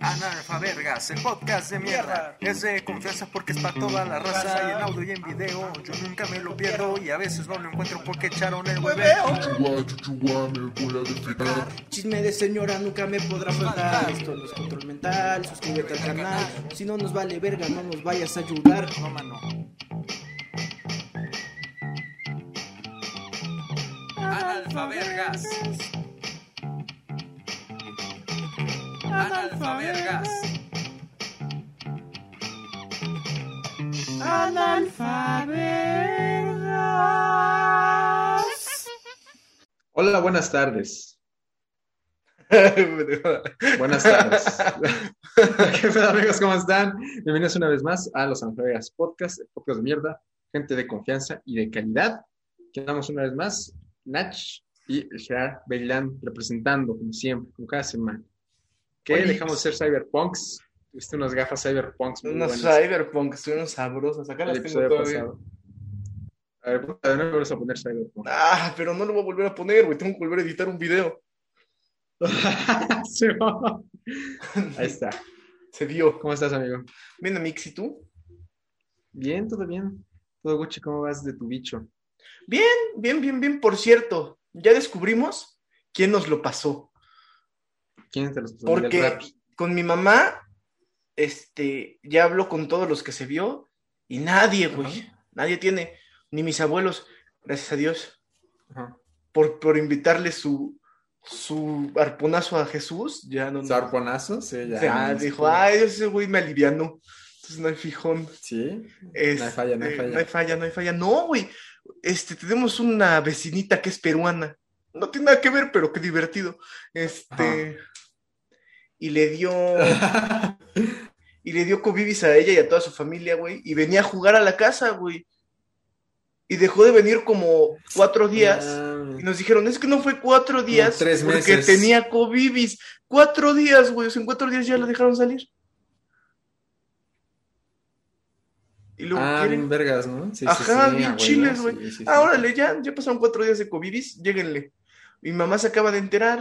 Analfa Vergas, el podcast de mierda. Es de confianza porque es para toda la raza. Y en audio y en video, yo nunca me lo pierdo. Y a veces no lo encuentro porque echaron el hueveo. Chuchuá, chuchuá, me voy a defecar. Chisme de señora nunca me podrá faltar. Esto no es control mental, suscríbete al canal. Si no nos vale verga, no nos vayas a ayudar. No, mano. Analfa Vergas. Analfa Vergas. Hola, buenas tardes. Buenas tardes. ¿Qué tal, amigos? ¿Cómo están? Bienvenidos una vez más a Los Anfragas Podcast, el podcast de mierda, gente de confianza y de calidad. Quedamos una vez más, Nach y Gerard Beilán representando, como siempre, como cada semana. Que Oye, dejamos de ser cyberpunks. Tuviste unas gafas cyberpunks muy Unos buenas cyberpunk que estuvieron sabrosos. Acá el las tengo episodio todavía. pasado. A ver, puta, no me vuelves a poner cyberpunk. Ah, pero no lo voy a volver a poner, güey. Tengo que volver a editar un video. Sí, va. Ahí está. Se dio. ¿Cómo estás, amigo? Bien, Mix, ¿y tú? Bien, todo bien. Todo Gucci, ¿cómo vas de tu bicho? Bien, bien, bien. Por cierto, ya descubrimos quién nos lo pasó. ¿Quién te los pasó? Porque- Miguel Rap. Con mi mamá, este, ya habló con todos los que se vio y nadie, güey. Nadie tiene, ni mis abuelos, gracias a Dios, Ajá. por, por invitarle su, su arponazo a Jesús. Ya no. ¿Sarponazo? Sí, ya. Ah, O sea, dijo, ay, ese güey me alivianó. Entonces no hay fijón. Sí. Este, No hay falla, no hay falla. No hay falla, no hay falla. No, güey. Este, tenemos una vecinita que es peruana. No tiene nada que ver, pero qué divertido. Este. Y le dio. y le dio covivis a ella y a toda su familia, güey. Y venía a jugar a la casa, güey. Y dejó de venir como cuatro días. Ah, Y nos dijeron, es que no fue cuatro días tres porque meses. tenía covivis. Cuatro días, güey. O sea, en cuatro días ya la dejaron salir. Y luego Ah, quieren bien vergas, ¿no? Sí, Ajá, ah, bien güey, chiles, sí, güey. sí, sí. Ah, órale, ya, ya pasaron cuatro días de covidis, lléguenle. Mi mamá se acaba de enterar,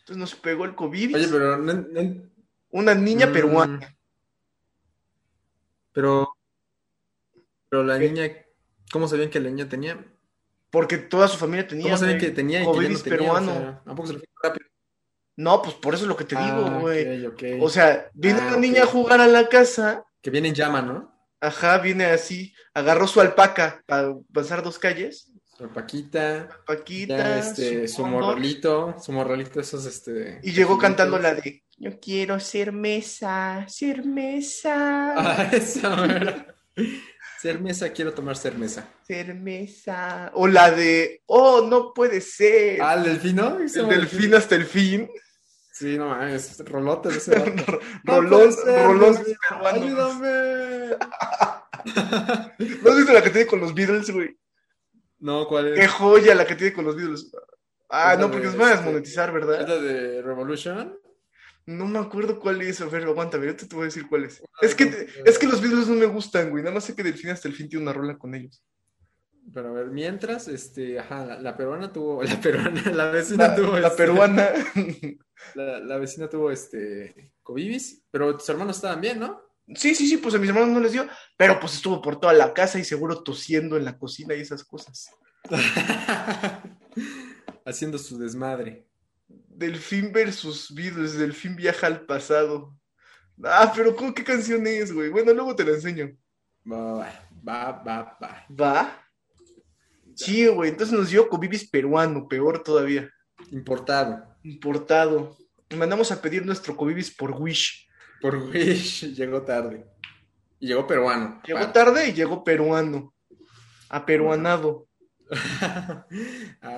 entonces nos pegó el covidis. Oye, pero... no- no- Una niña Mm, peruana. Pero... Pero la ¿Qué? niña... ¿Cómo sabían que la niña tenía? Porque toda su familia tenía. ¿Cómo sabían güey. que tenía y que ya no Covidis tenía? peruano. O sea, ¿A poco se lo fue rápido? No, pues por eso es lo que te digo, Ah, güey. ok, ok. O sea, viene Ah, una ok. niña a jugar a la casa, Que viene en llama, ¿no? ajá, viene así, agarró su alpaca para pasar dos calles. Su Paquita, Paquita, ya, este, su cóndor, morralito, su morralito, esos, este... Y llegó pequeñitos. cantando la de Yo quiero ser mesa, ser mesa. Ah, esa, ¿verdad? Cermesa, quiero tomar cermesa. Cermesa. O la de, oh, no puede ser. Ah, el delfino. el delfín hasta el fin. Sí, no mames, rolotes ese vato. No Rolón, puede ser, Rolón Dios mío, peruano. Ayúdame. ¿No has visto la que tiene con los Beatles, güey? No, ¿cuál Qué es? joya la que tiene con los Beatles. Ah, Es la no, porque de nos van a este- desmonetizar, ¿Es ¿verdad? la de Revolution? No me acuerdo cuál es, Fer, aguántame, yo te, te voy a decir cuál es. Ah, Es que, no, te- eh. es que los Beatles no me gustan, güey. Nada más sé que Delfín hasta el fin tiene una rola con ellos. Pero a ver, mientras, este, ajá, la, la peruana tuvo, la peruana, la vecina La, tuvo, la este, peruana. la, la vecina tuvo, este, covivis, pero tus hermanos estaban bien, ¿no? Sí, sí, sí, pues a mis hermanos no les dio, pero pues estuvo por toda la casa y seguro tosiendo en la cocina y esas cosas. Haciendo su desmadre. Delfín versus Beatles, Delfín viaja al pasado. Ah, pero ¿cómo, ¿qué canción es, güey? Bueno, luego te la enseño. Va, va, va, va. ¿Va? Sí, güey, entonces nos dio covivis peruano, peor todavía, Importado. importado. Y Mandamos a pedir nuestro covivis por Wish. Por Wish llegó tarde. Y llegó peruano. Llegó aparte. tarde y llegó peruano. Aperuanado. ah,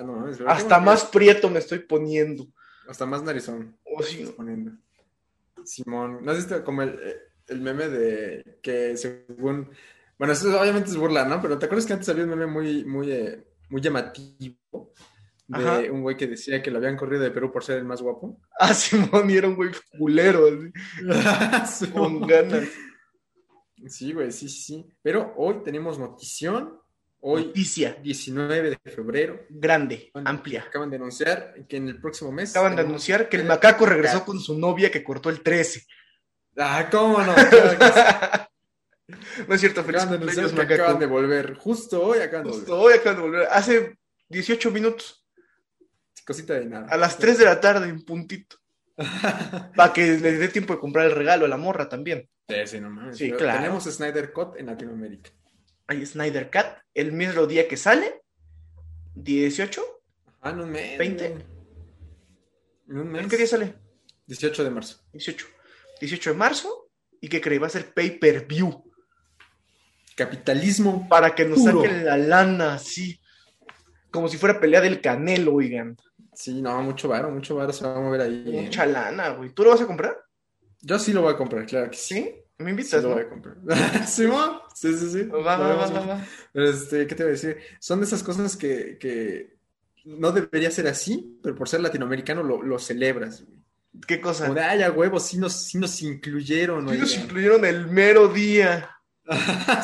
no, es verdad. Hasta Bueno, más prieto me estoy poniendo. Hasta más narizón. O sí, poniendo. Simón, ¿no has visto como el, el meme de que según... Bueno, eso obviamente es burla, ¿no? Pero ¿te acuerdas que antes había un meme muy, muy, eh, muy llamativo de Ajá. un güey que decía que lo habían corrido de Perú por ser el más guapo? ah, Simón, y era un güey culero, así, con Simón. ganas. Sí, güey, sí, sí, sí. Pero hoy tenemos notición. Hoy, Noticia, 19 de febrero, grande, Bueno. amplia. acaban de anunciar que en el próximo mes... Acaban de tenemos- anunciar que el macaco regresó con su novia que cortó el 13. Ah, ¿cómo no? Claro que sí. No es cierto, feliz Acaban de anunciar cumpleaños, que macaco. acaban de volver. Justo hoy acaban de Justo volver. hoy acaban de volver. Hace 18 minutos, Cosita de nada. a las 3 de la tarde, en puntito. Para que le dé tiempo de comprar el regalo a la morra también. Sí, sí, no mames. Sí, Pero claro. Tenemos Snyder Cut en Latinoamérica. Hay Snyder Cat, el mismo día que sale, 18. Ah, en un mes. ¿Veinte? güey. En un mes. ¿En qué día sale? 18 de marzo. 18. 18 de marzo. ¿Y qué cree? Va a ser pay per view. Capitalismo. Para que nos Puro. saquen la lana, sí. Como si fuera pelea del canelo, oigan. Sí, no, mucho varo, mucho varo se va a mover ahí. eh. Mucha lana, güey. ¿Tú lo vas a comprar? Yo sí lo voy a comprar, claro que sí. ¿Sí? ¿Me Sí invitas? lo no? voy a comprar. ¿Simón? Sí, sí, sí. Pues Va, Lo va, va, vemos, va, ¿no? va. Pero, este, ¿qué te voy a decir? Son de esas cosas que, que no debería ser así, pero por ser latinoamericano lo, lo celebras. güey. Ah. ¿Qué cosa? Como de, ay, a huevo, sí nos, sí nos incluyeron. Sí nos oigan". incluyeron el mero día.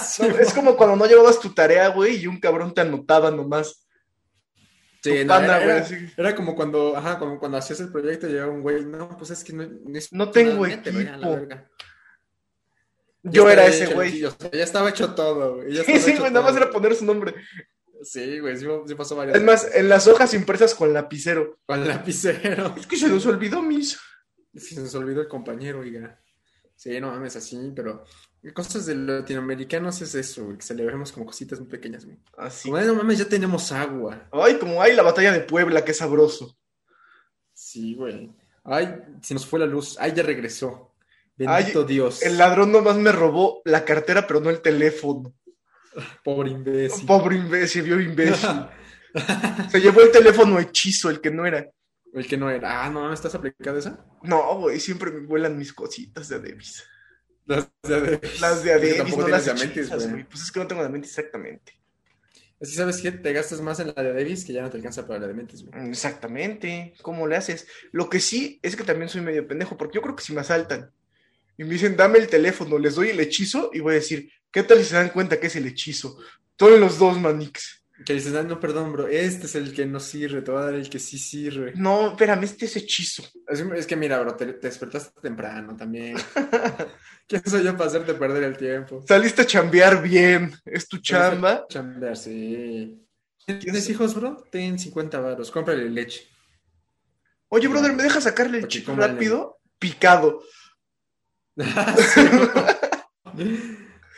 Sí, No, es como cuando no llevabas tu tarea, güey, y un cabrón te anotaba nomás. Sí, tu no, pana, era, güey, era- así. era como cuando, ajá, como cuando hacías el proyecto, llegaba un güey, no, pues es que no, no es- No tengo mételo, ya, la equipo. verga". Ya Yo estaba era hecho ese el güey. tío, o sea, ya estaba hecho todo, güey. ya Sí, estaba sí, hecho güey, nada más todo. era poner su nombre. Sí, güey, sí, sí pasó varias Es más, en las hojas impresas con lapicero. Con lapicero. Es que se nos olvidó, mis. Si se nos olvidó el compañero, oiga. Sí, no mames, así, pero cosas de latinoamericanos es eso, güey, que celebremos como cositas muy pequeñas, güey. Así. Como, "Ay, no mames, ya tenemos agua. Ay, como hay la batalla de Puebla, qué sabroso. Sí, güey. Ay, se nos fue la luz. Ay, ya regresó. Bendito Dios. El ladrón nomás me robó la cartera, pero no el teléfono. Pobre imbécil. Pobre imbécil, vio imbécil. Se llevó el teléfono hechizo, el que no era. El que no era. Ah, no mames, ¿estás aplicado esa? No, güey, siempre me vuelan mis cositas de Adebis. Las de Adebis. Las de Adebis, Tampoco no tienes las diamantes, hechizas, güey. güey. Pues es que no tengo la mente exactamente. Así sabes que te gastas más en la de Adebis que ya no te alcanza para la de Mentes, güey. Mm, Exactamente, ¿cómo le haces? Lo que sí es que también soy medio pendejo, porque yo creo que si me asaltan y me dicen, dame el teléfono, les doy el hechizo y voy a decir, ¿qué tal si se dan cuenta que es el hechizo? Todos los dos, manix. Que dices, ah, no, perdón, bro, este es el que no sirve, te voy a dar el que sí sirve. No, espérame, este es hechizo. Es, es que mira, bro, te, te despertaste temprano también. ¿Quién soy yo para hacerte perder el tiempo? Saliste a chambear bien, es tu chamba. Chambear, sí. ¿Tienes hijos, bro? Ten 50 varos, cómprale leche. Oye, brother, ¿me dejas sacarle el Porque chico cómprale. rápido? Picado,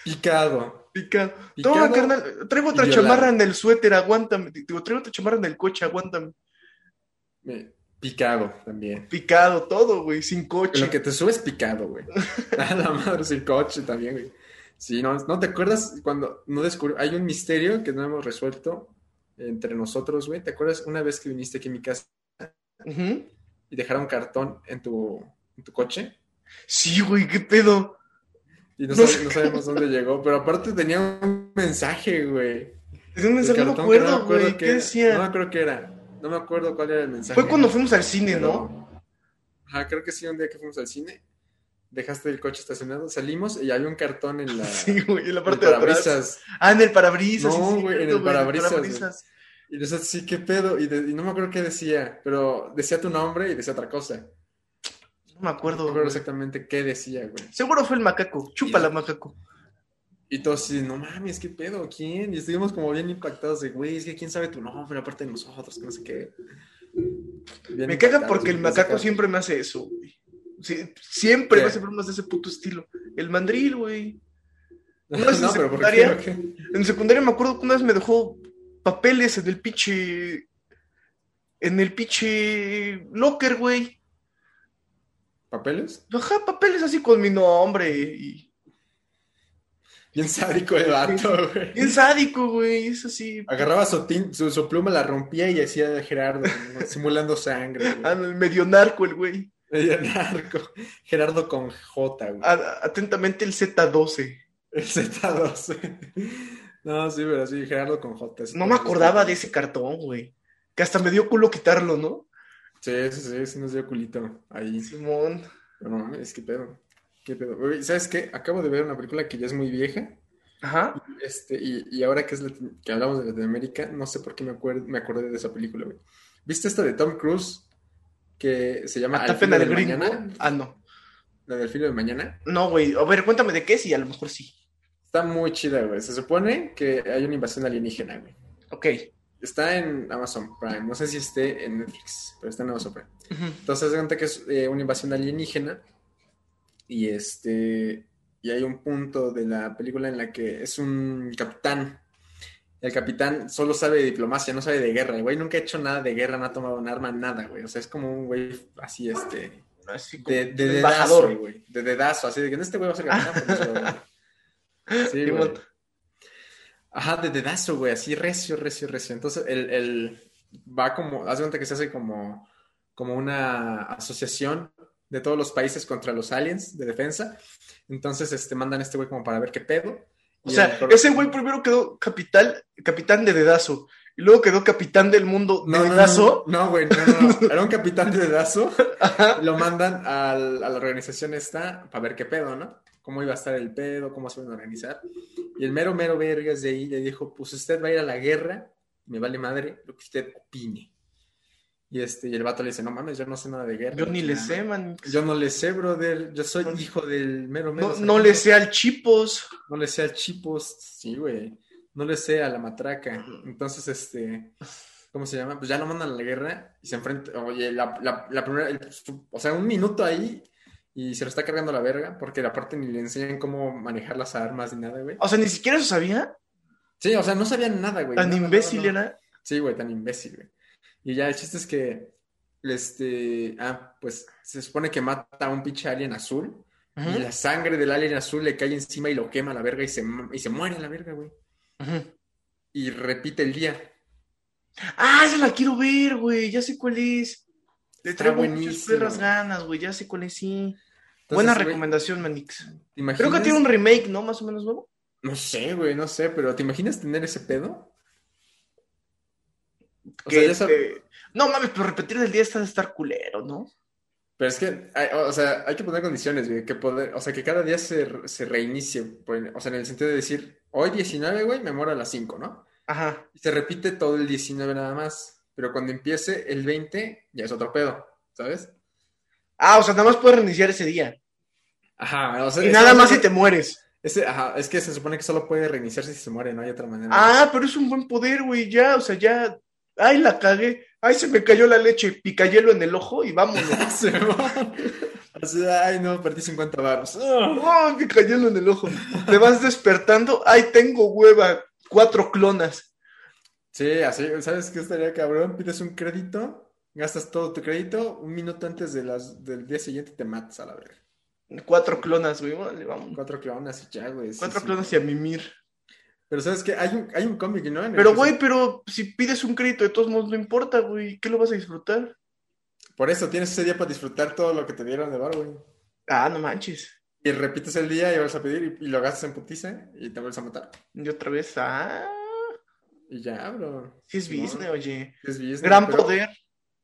Picado. picado. Picado Toma, carnal, traigo otra y chamarra violado. en el suéter, aguántame. Digo, traigo otra chamarra en el coche, aguántame. eh, Picado también. Picado, todo, güey, sin En coche. Lo que te subes picado, güey. A la madre, sin coche también, güey. Sí, no, ¿no te acuerdas cuando no descubrí? Hay un misterio que no hemos resuelto entre nosotros, güey. ¿Te acuerdas una vez que viniste aquí a mi casa? Ujú. y dejara un cartón en tu, en tu coche. Sí, güey, qué pedo. Y no, No sab- sé. no sabemos dónde llegó, pero aparte tenía un mensaje, güey. Es un El mensaje, no me cartón que acuerdo, güey. qué ¿Qué era. decía? No me acuerdo qué era. No me acuerdo cuál era el mensaje. Fue cuando fuimos al cine, ¿no? Pero- Ajá, creo que sí, un día que fuimos al cine, dejaste el coche estacionado, salimos y había un cartón en la... Sí, güey, en la en el parte de atrás. parabrisas. Ah, en el parabrisas. sí, No, sí, güey, en cierto, el parabrisas, güey. Y nosotros, sí, qué pedo. Y, de- y no me acuerdo qué decía, pero decía tu nombre y decía otra cosa. No me No me acuerdo, acuerdo güey. exactamente qué decía, güey. Seguro fue el macaco. Chúpala, macaco. Y todos así, de, no mames, ¿qué pedo? ¿Quién? Y estuvimos como bien impactados de, güey, es que quién sabe tu nombre, aparte de nosotros, que no sé qué. Bien Me impactados, caga porque el bien macaco sacados. siempre me hace eso, güey. Sí, siempre ¿Qué? me hace bromas de ese puto estilo. El mandril, güey. No, no es en pero ¿por secundaria. qué? ¿Por qué? En secundaria me acuerdo que una vez me dejó papeles en el pinche. En el pinche. Locker, güey. ¿Papeles? Ajá, papeles así con mi nombre y. Bien sádico el vato, güey. Bien sádico, güey, es así. Agarraba su, tin- su, su pluma, la rompía y hacía Gerardo, ¿no? simulando sangre, Ah, güey. no, el medio narco, el güey. Medio narco. Gerardo con J, güey. A- Ah, Atentamente el Z12. El Z12. No, sí, pero sí, Gerardo con J. No me acordaba de ese cartón, güey. Que hasta me dio culo quitarlo, ¿no? Sí, sí, sí, sí nos dio culito ahí. Simón. No mames, qué pedo. Qué pedo. Güey, ¿Sabes qué? Acabo de ver una película que ya es muy vieja. Ajá. Este, y, y ahora que, es Latin- que hablamos de Latinoamérica, no sé por qué me, acuer- me acordé de esa película, güey. ¿Viste esta de Tom Cruise? Que se llama Al Ah, Tapen filo al del gringo. mañana. Ah, no. la del filo de mañana, No, güey. A ver, cuéntame de qué sí, a lo mejor sí. está muy chida, güey. Se supone que hay una invasión alienígena, güey. Ok. Está en Amazon Prime, no sé si esté en Netflix, pero está en Amazon Prime. Entonces, se cuenta que es eh, una invasión alienígena. Y este. Y hay un punto de la película en la que es un capitán. El capitán solo sabe de diplomacia, no sabe de guerra. El güey nunca ha hecho nada de guerra, no ha tomado un arma, nada, güey. O sea, es como un güey así, este. Así como De, de embajador. dedazo, güey. De dedazo, así de que "No, este güey va a ser capitán. por eso, güey". Sí, güey. Simón. Ajá, de dedazo, güey, así recio, recio, recio. Entonces, el, el va como, haz de cuenta que se hace como, como una asociación de todos los países contra los aliens de defensa. Entonces, este, mandan a este güey como para ver qué pedo. O Y sea, el- ese güey primero quedó capital, capitán de dedazo. Y luego quedó capitán del mundo de No, no, dedazo. No, no, güey, no, no, no. Era un capitán de dedazo. Lo mandan al- a la organización esta para ver qué pedo, ¿no? Cómo iba a estar el pedo, cómo se iban a organizar. Y el mero, mero Vergas de ahí le dijo, pues usted va a ir a la guerra, me vale madre lo que usted opine. Y, este, y el vato le dice, no mames, yo no sé nada de guerra. Yo ni le Nada. sé, man. Yo no le sé, brother. Yo soy hijo del mero, mero. No, no sargento. le sé al chipos. No le sé al Chipos, sí, güey. No le sé a la matraca. Entonces, este, ¿cómo se llama? Pues ya lo mandan a la guerra y se enfrenta. Oye, la, la, la primera, el- su- o sea, un minuto ahí y se lo está cargando la verga porque aparte ni le enseñan cómo manejar las armas ni nada, güey. O sea, ni siquiera eso sabía. Sí, o sea, no sabían nada, güey. Tan Nada, imbécil nada, nada. era. Sí, güey, tan imbécil, güey. Y ya el chiste es que, este, ah, pues se supone que mata a un pinche alien azul. Y Ujú, la sangre del alien azul le cae encima y lo quema a la verga y se, y se muere a la verga, güey. ujú. Y repite el día. Ah, esa la quiero ver, güey. Ya sé cuál es. Le Está traigo muchas buenísimo. perras ganas, güey. Ya sé cuál es, sí. Entonces, Buena güey, recomendación, Manix. ¿te imaginas? Creo que tiene un remake, ¿no? Más o menos nuevo. No sé, güey, no sé, pero ¿te imaginas tener ese pedo? O sea, Que ya sab- te- No mames, pero repetir del día está de estar culero, ¿no? Pero es que, hay- o sea, hay que poner condiciones, güey, que poder, o sea, que cada día se, se reinicie, pues, o sea, en el sentido de decir, hoy 19, güey, me muero a las 5, ¿no? Ajá. Y se repite todo el 19 nada más, pero cuando empiece el 20 ya es otro pedo, ¿sabes? Ah, o sea, nada más puedes reiniciar ese día. Ajá, o sea, Y es- nada es- más si te mueres. Ese, ajá, es que se supone que solo puede reiniciarse si se muere, no hay otra manera. Ah, pero es un buen poder, güey. Ya, o sea, ya. Ay, la cagué. Ay, se me cayó la leche. Picayelo en el ojo y vámonos. Se va. Así, ay, no, perdí 50 baros. Ah. ¡Oh, me cayendo en el ojo! Te vas despertando. ¡Ay, tengo hueva! Cuatro clonas. Sí, así, ¿sabes qué estaría cabrón? Pides un crédito, gastas todo tu crédito, un minuto antes de las, del día siguiente te matas a la verga. Cuatro clonas, güey. Órale, vamos. Cuatro clones y ya, güey. sí, Cuatro sí. clonas y a mimir. Pero ¿sabes qué? Hay un, hay un cómic, ¿no? En el Pero, que güey, se- pero si pides un crédito, de todos modos no importa, güey. ¿Qué lo vas a disfrutar? Por eso tienes ese día para disfrutar todo lo que te dieron de bar, güey. Ah, no manches. Y repites el día y vas a pedir y, y lo gastas en putiza y te vuelves a matar. Y otra vez, ah. Y ya, bro. Si es No, business, oye. es business, Gran pero- poder.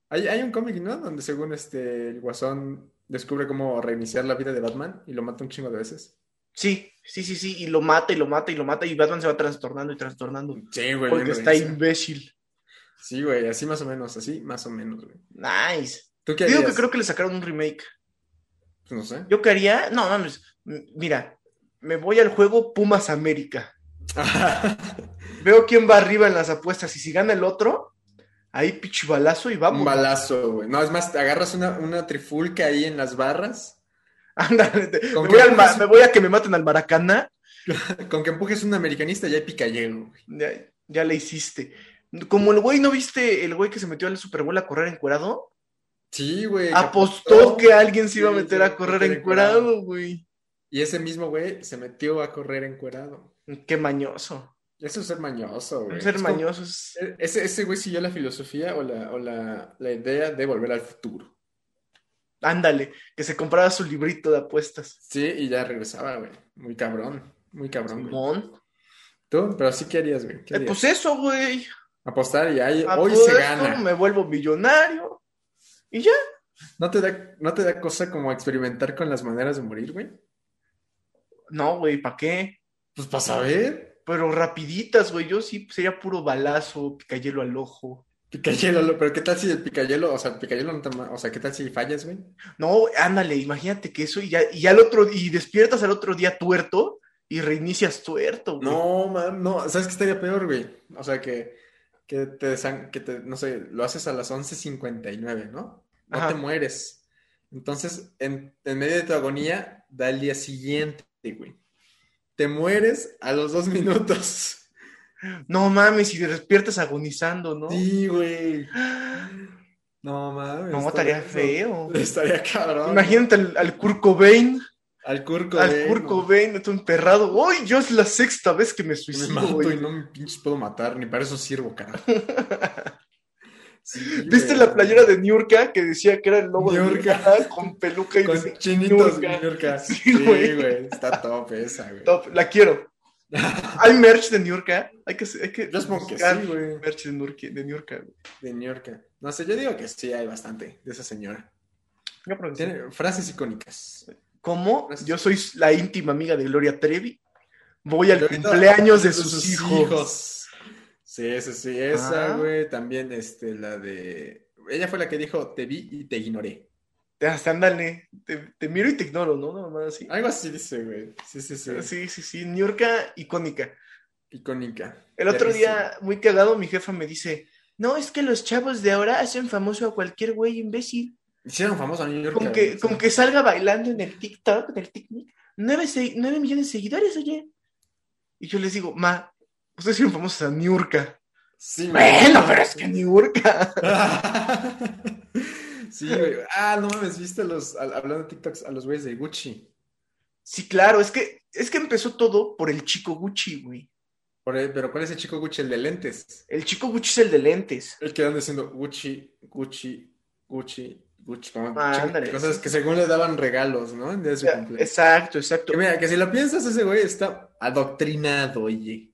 Hay, hay un cómic, ¿no? Donde según este, el Guasón descubre cómo reiniciar la vida de Batman y lo mata un chingo de veces. Sí, sí, sí, sí. Y lo mata y lo mata y lo mata. Y Batman se va trastornando y trastornando. Sí, güey. Porque bien está reinicia. imbécil. Sí, güey, así más o menos, así más o menos, güey. Nice. ¿Tú qué Digo que harías? creo que le sacaron un remake. Pues No sé. Yo quería, no mames, m- mira, me voy al juego Pumas América. Veo quién va arriba en las apuestas y si gana el otro, ahí pichibalazo y un vamos. balazo, güey. No, es más, te agarras una, una trifulca ahí en las barras. Ándale, te- ¿Con me, qué voy al ma- juegas? me voy a que me maten al Maracaná. Con que empujes un americanista ya hay picayelo, güey. Ya, ya le hiciste. Como el güey, ¿no viste el güey que se metió al Super Bowl a correr encuerado? Sí, güey. Ah, que Apostó que alguien se iba a Sí, meter sí, a correr meter encuerado, encuerado. güey. Y ese mismo güey se metió a correr encuerado. Qué mañoso. Eso es ser mañoso, güey. Ser Es como- e-, mañoso es- Ese, ese güey siguió la filosofía o la, o la, la idea de volver al futuro. Ándale, que se compraba su librito de apuestas. Sí, y ya regresaba, güey. Muy cabrón. Muy cabrón, güey. Simón. ¿Tú? Pero sí, ¿qué harías, güey? ¿Qué Eh, harías? pues Ah, eso, güey. Apostar y ahí, hoy Apuesto, se gana. Me vuelvo millonario. Y ya. ¿No te da, no te da cosa como experimentar con las maneras de morir, güey? No, güey, ¿para qué? Pues para saber. Pero rapiditas, güey. Yo sí sería puro balazo, picayelo al ojo. Picayelo, pero ¿qué tal si el picayelo, o sea, picayelo no te ma- o sea, ¿qué tal si fallas, güey? No, ándale, imagínate que eso y ya, y ya al otro, y despiertas al otro día tuerto y reinicias tuerto, güey. No, man, no, ¿sabes qué estaría peor, güey? O sea, que, que te, desan- que te, no sé, lo haces a las 11.59, ¿no? No Ajá. te mueres. Entonces, en, en medio de tu agonía, da el día siguiente, güey. Te mueres a los dos minutos. No mames, y te despiertas agonizando, ¿no? Sí, güey. No, mames. No, estaría- estaría feo. Estaría cabrón. Imagínate al, al Kurt Cobain, Al curco, al Kurt Cobain, todo emperrado. ¡Uy, yo es la sexta vez que me Me suicido, mato güey! y no me pinches puedo matar, ni para eso sirvo, carajo. Sí, ¿Viste güey. la playera de Niurka que decía que era el lobo de Niurka. Niurka con peluca y Con decía, chinitos, Niurka. Niurka. Sí, Sí, güey. güey. Está top esa, güey. "Top, la quiero. Hay merch de Niurka. Hay que, hay que Yo supongo que buscar sí, güey. merch de Niurka, de Niurka, güey. De Niurka. No sé, yo digo que sí hay bastante de esa señora. Yo creo que sí. Tiene frases icónicas. ¿Cómo? Gracias. Yo soy la íntima amiga de Gloria Trevi. Voy al Y ahorita- cumpleaños de sus, hijos. Sí, sí, sí. Esa, Ah. güey. También, este, la de... Ella fue la que dijo, te vi y te ignoré. Hasta ándale, te, te miro y te ignoro, ¿no? Una mamada así. Algo así dice, güey. Sí, sí, sí. sí. sí, sí, New York icónica. Icónica. El otro día, muy cagado, mi jefa me dice, no, es que los chavos de ahora hacen famoso a cualquier güey imbécil. Hicieron famoso a New York. Con que, con que salga bailando en el TikTok, en el TikTok, nueve, se- nueve millones de seguidores, oye. Y yo les digo, ma, ustedes hicieron famosos a New York. Sí, Bueno, pero es que New York. Sí, güey. Ah, no mames, viste a los, al- hablando de TikToks, a los güeyes de Gucci. Sí, claro, es que, es que empezó todo por el chico Gucci, güey. Por el- pero ¿cuál es el chico Gucci? El de lentes. El chico Gucci es el de lentes. El que anda diciendo Gucci, Gucci, Gucci, Gucci. como Ah, chingo de ándale. Cosas que según le daban regalos, ¿no? En día de su cumpleaños. Exacto, exacto. Que mira, que si lo piensas, ese güey está adoctrinado, oye.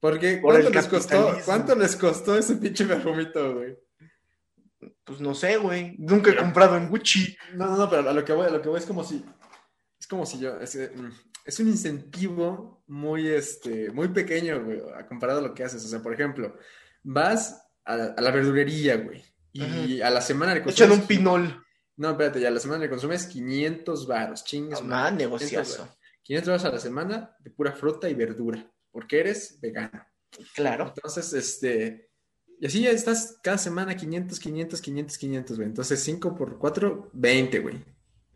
Porque Por ¿cuánto el les costó? capitalismo. ¿Cuánto les costó ese pinche perfumito, güey? Pues no sé, güey. Nunca he comprado en Gucci. No, no, no, pero a lo que voy, a lo que voy es como si, es como si yo, es, eh, mm, es un incentivo muy, este, muy pequeño, güey, a- comparado a lo que haces. O sea, por ejemplo, vas a, a la verdulería, güey, y a la semana le Echan consumes... un pinol. No, espérate, y a la semana le consumes 500 varos, chingues, madre. Nada, Ah, negociazo. 500 varos a la semana de pura fruta y verdura, porque eres vegano. Claro. Entonces, este, y así ya estás cada semana 500, 500, 500, 500, güey. Entonces, 5 por 4, 20, güey.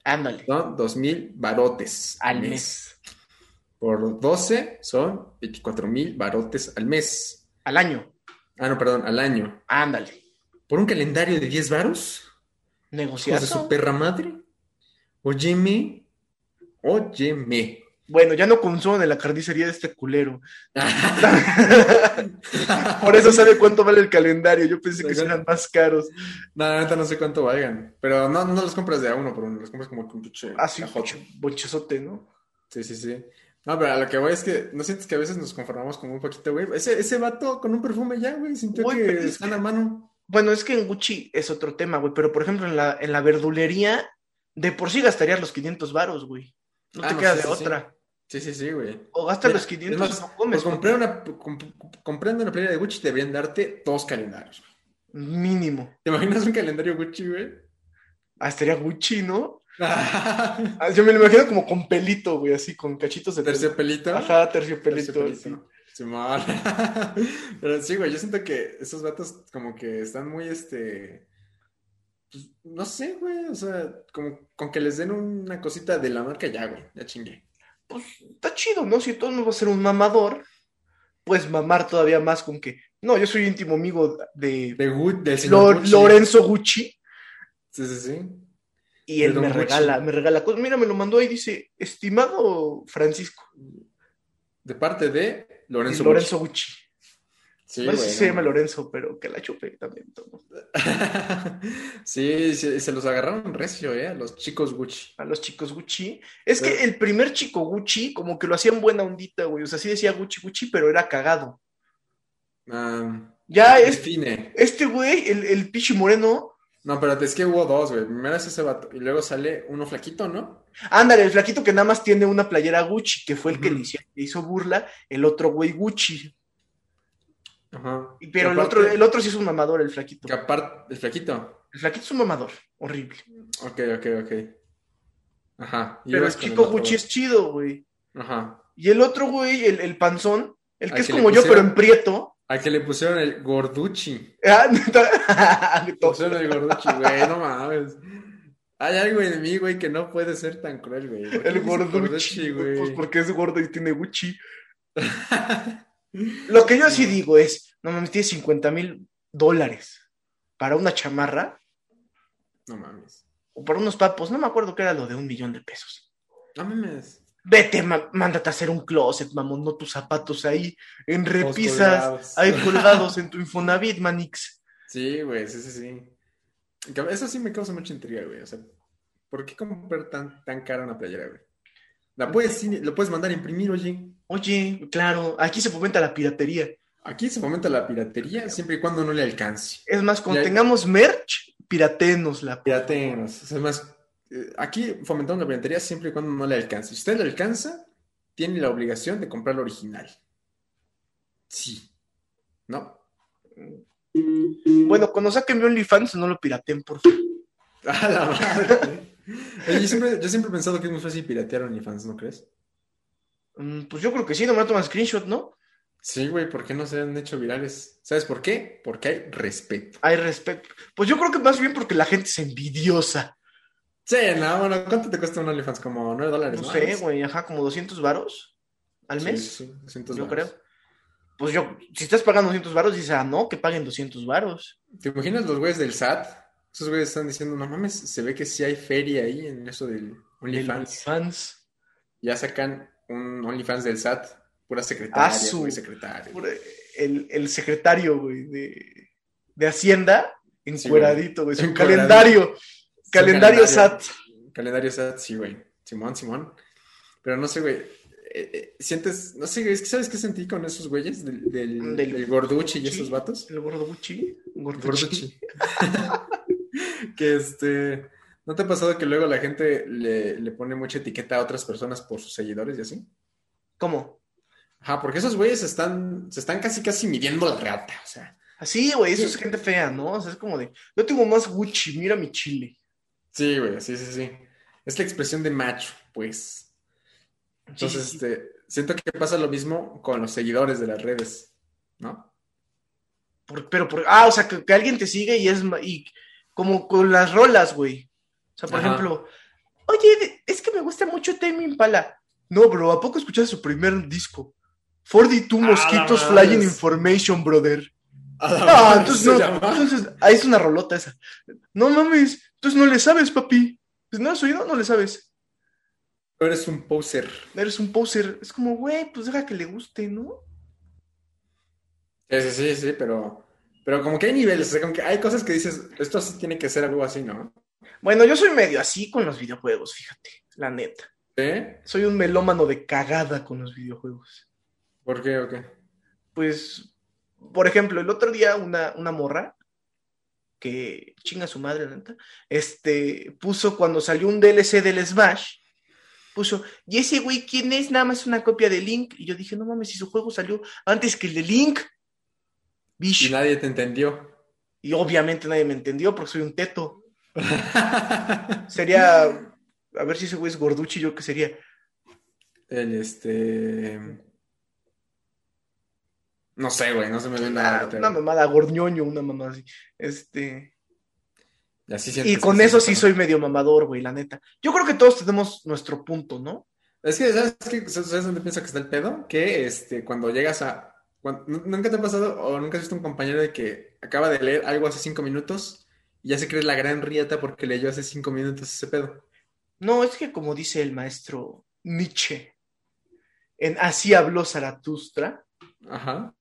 Ándale. Son 2.000 barotes Al mes. Por 12 son 24.000 barotes al mes. Al año. Ah, no, perdón, al año. Ándale. ¿Por un calendario de 10 varos? ¿Hijos de Negociazo. su perra madre? Óyeme. Óyeme. Bueno, ya no consumo de la carnicería de este culero. Ah, Por eso sabe cuánto vale el calendario. Yo pensé que eran más caros. No, la neta no sé cuánto valgan. Pero no, no los compras de a uno por uno, los compras como con pinche Así, cajote. bochezote, ¿no? Sí, sí, sí. No, pero a lo que voy es que no sientes que a veces nos conformamos con un poquito, güey. Ese, ese vato con un perfume ya, güey, sintió Güey, que pero es están que- a mano. Bueno, es que en Gucci es otro tema, güey. Pero por ejemplo, en la, en la verdulería, de por sí gastarías los 500 varos, güey. No Ah, te no, quedas sí, de sí, sí. otra. Sí, sí, sí, güey. O gastas Mira, los 500 es más, no comes. Pues compré una, comp- comprando una playera de Gucci deberían darte dos calendarios. güey. Mínimo. ¿Te imaginas un calendario Gucci, güey? Ah, estaría Gucci, ¿no? Ah, Yo me lo imagino como con pelito, güey, así, con cachitos de pelito. Terciopelito. Ajá, terciopelito. así. Terciopelito. Simón. Pero sí, güey, yo siento que esos vatos como que están muy, este... pues, no sé, güey, o sea, como con que les den una cosita de la marca ya, güey, ya chingué. Está chido, ¿no? Si todo no va a ser un mamador, pues mamar todavía más con que. No, yo soy íntimo amigo de De Gucci, del señor Lo- Gucci. Lorenzo Gucci Sí, sí, sí. y De él don me Gucci. regala, me regala cosas. Mira, me lo mandó ahí, dice, estimado Francisco. De parte de Lorenzo Lorenzo, Gucci. Gucci. Sí, no sé güey, si se no llama mames. Lorenzo, pero que la chupe también. ¿no? Sí, se, se los agarraron recio, ¿eh? a Los chicos Gucci. A los chicos Gucci. Es que el primer chico Gucci, como que lo hacían buena ondita, güey. O sea, sí decía Gucci Gucci, pero era cagado. Ah, Ya es, define. este güey, el, el pichi moreno. No, pero es que hubo dos, güey. Primero es ese vato y luego sale uno flaquito, ¿no? Ándale, el flaquito que nada más tiene una playera Gucci, que fue el que Ujú. le hizo, le hizo burla, el otro güey Gucci. Ajá. Y- Pero Y el, aparte- otro, el otro sí es un mamador, el flaquito. Que aparte, el flaquito. El flaquito es un mamador, horrible. Ok, ok, ok. Ajá. y Pero ibas el con chico otro, Gucci es chido, güey. Ajá. Y el otro, güey, el, el panzón, el que Al es que le como yo, pero pusieron- en prieto. Al que le pusieron el gorduchi. Ah, neta. Le pusieron el gorduchi, güey, no mames. Hay algo en mí, güey, que no puede ser tan cruel, güey. ¿Por qué El dices gorduchi, güey. Pues güey. porque es gordo y tiene Gucci. Lo que yo sí digo es, no mames, tiene 50 mil dólares para una chamarra No mames. o para unos papos, no me acuerdo que era lo de un millón de pesos. No mames. Vete, ma- mándate a hacer un closet, mamón, no tus zapatos ahí en repisas, colgados. ahí colgados en tu Infonavit, manix. Sí, güey, sí, sí, sí. Que Eso sí me causa mucha intriga, güey. O sea, ¿por qué comprar tan, tan cara una playera, güey? La puedes, sí, lo puedes mandar a imprimir, oye. Oye, claro, aquí se fomenta la piratería. Aquí se fomenta la piratería siempre y cuando no le alcance. Es más, cuando Y ahí- tengamos merch, piratenosla. Piratenos. O sea, es más, eh, aquí fomentamos la piratería siempre y cuando no le alcance. Si usted le alcanza, tiene la obligación de comprar lo original. Sí. ¿No? Bueno, cuando saquen mi OnlyFans, no lo pirateen, por favor. A la madre. Oye, yo, siempre, yo siempre he pensado que es muy fácil piratear OnlyFans, ¿no crees? Mm, Pues yo creo que sí, nomás toman screenshot, ¿no? Sí, güey, ¿por qué no se han hecho virales? ¿Sabes por qué? Porque hay respeto. Hay respeto. Pues yo creo que más bien porque la gente es envidiosa. Sí, no, bueno, ¿cuánto te cuesta un OnlyFans? Como 9 dólares, No sé, güey, ajá, como 200 varos al mes, Sí, sí, 200 yo varos. creo. Pues yo, si estás pagando 200 varos, dices, ah, no, que paguen 200 varos. ¿Te imaginas los güeyes del SAT? Esos güeyes están diciendo, no mames, se ve que sí hay feria ahí en eso del OnlyFans. Fans. Ya sacan un OnlyFans del SAT, pura secretaria, Ah, su- güey, secretaria. Por, eh, El, el secretario, güey, de, de Hacienda, güey. encueradito, güey, su Encueradito. calendario, Sí, calendario SAT. Calendario SAT, sí, güey. Simón, Simón. Pero no sé, güey. eh, eh, sientes, no sé, güey, es que ¿sabes qué sentí con esos güeyes del, del, Del- del gorduchi y esos Sí. vatos? El gordo Gucci. Gordo Gucci. Gorduchi. que este. ¿No te ha pasado que luego la gente le, le pone mucha etiqueta a otras personas por sus seguidores y así? ¿Cómo? Ajá, porque esos güeyes están, se están casi casi midiendo la rata, o sea. Así, güey, eso Sí. es gente fea, ¿no? O sea, es como de, yo tengo más Gucci, mira mi chile. Sí, güey, sí, sí, sí. Es la expresión de macho, pues. Entonces, Sí, sí, sí. este, siento que pasa lo mismo con los seguidores de las redes, ¿no? Por- pero por, ah, o sea, que, que alguien te sigue y es ma- y como con las rolas, güey. O sea, por Ajá. ejemplo, oye, de- es que me gusta mucho Tame Impala. No, bro, ¿a poco escuchaste su primer disco? 42 Ah, Mosquitos la madre. Flying Information, brother. Ah, Ah, entonces no, entonces, ah, es una rolota esa. No mames, entonces no le sabes, papi. Pues no has oído, no le sabes. Tú eres un poser. Eres un poser. Es como, güey, pues deja que le guste, ¿no? Sí, sí, sí, sí, pero, pero como que hay niveles, o sea, como que hay cosas que dices, esto sí tiene que ser algo así, ¿no? Bueno, yo soy medio así con los videojuegos, fíjate, la neta. ¿Eh? Soy un melómano de cagada con los videojuegos. ¿Por qué o qué? Pues, por ejemplo, el otro día una, una morra que chinga su madre, la neta, este, puso cuando salió un DLC del Smash, puso, ¿y ese güey quién es? Nada más una copia de Link. Y yo dije, no mames, si su juego salió antes que el de Link. Y Bish. nadie te entendió. Y obviamente nadie me entendió porque soy un teto. Sería, a ver si ese güey es gorduchi, yo qué sería. El este. No sé, güey, no se me ve nada Una, ahorita, una güey. mamada, gorñoño, una mamada así. Este. Y así Y sientes con que eso se- sí soy medio mamador, güey, la neta. Yo creo que todos tenemos nuestro punto, ¿no? Es que, ¿sabes, qué? ¿Sabes dónde pienso que está el pedo? Que este, cuando llegas a. cuan- ¿Nunca te ha pasado o nunca has visto un compañero de que acaba de leer algo hace cinco minutos y ya se cree la gran riata porque leyó hace cinco minutos ese pedo? No, es que como dice el maestro Nietzsche, en Así habló Zaratustra, Ajá.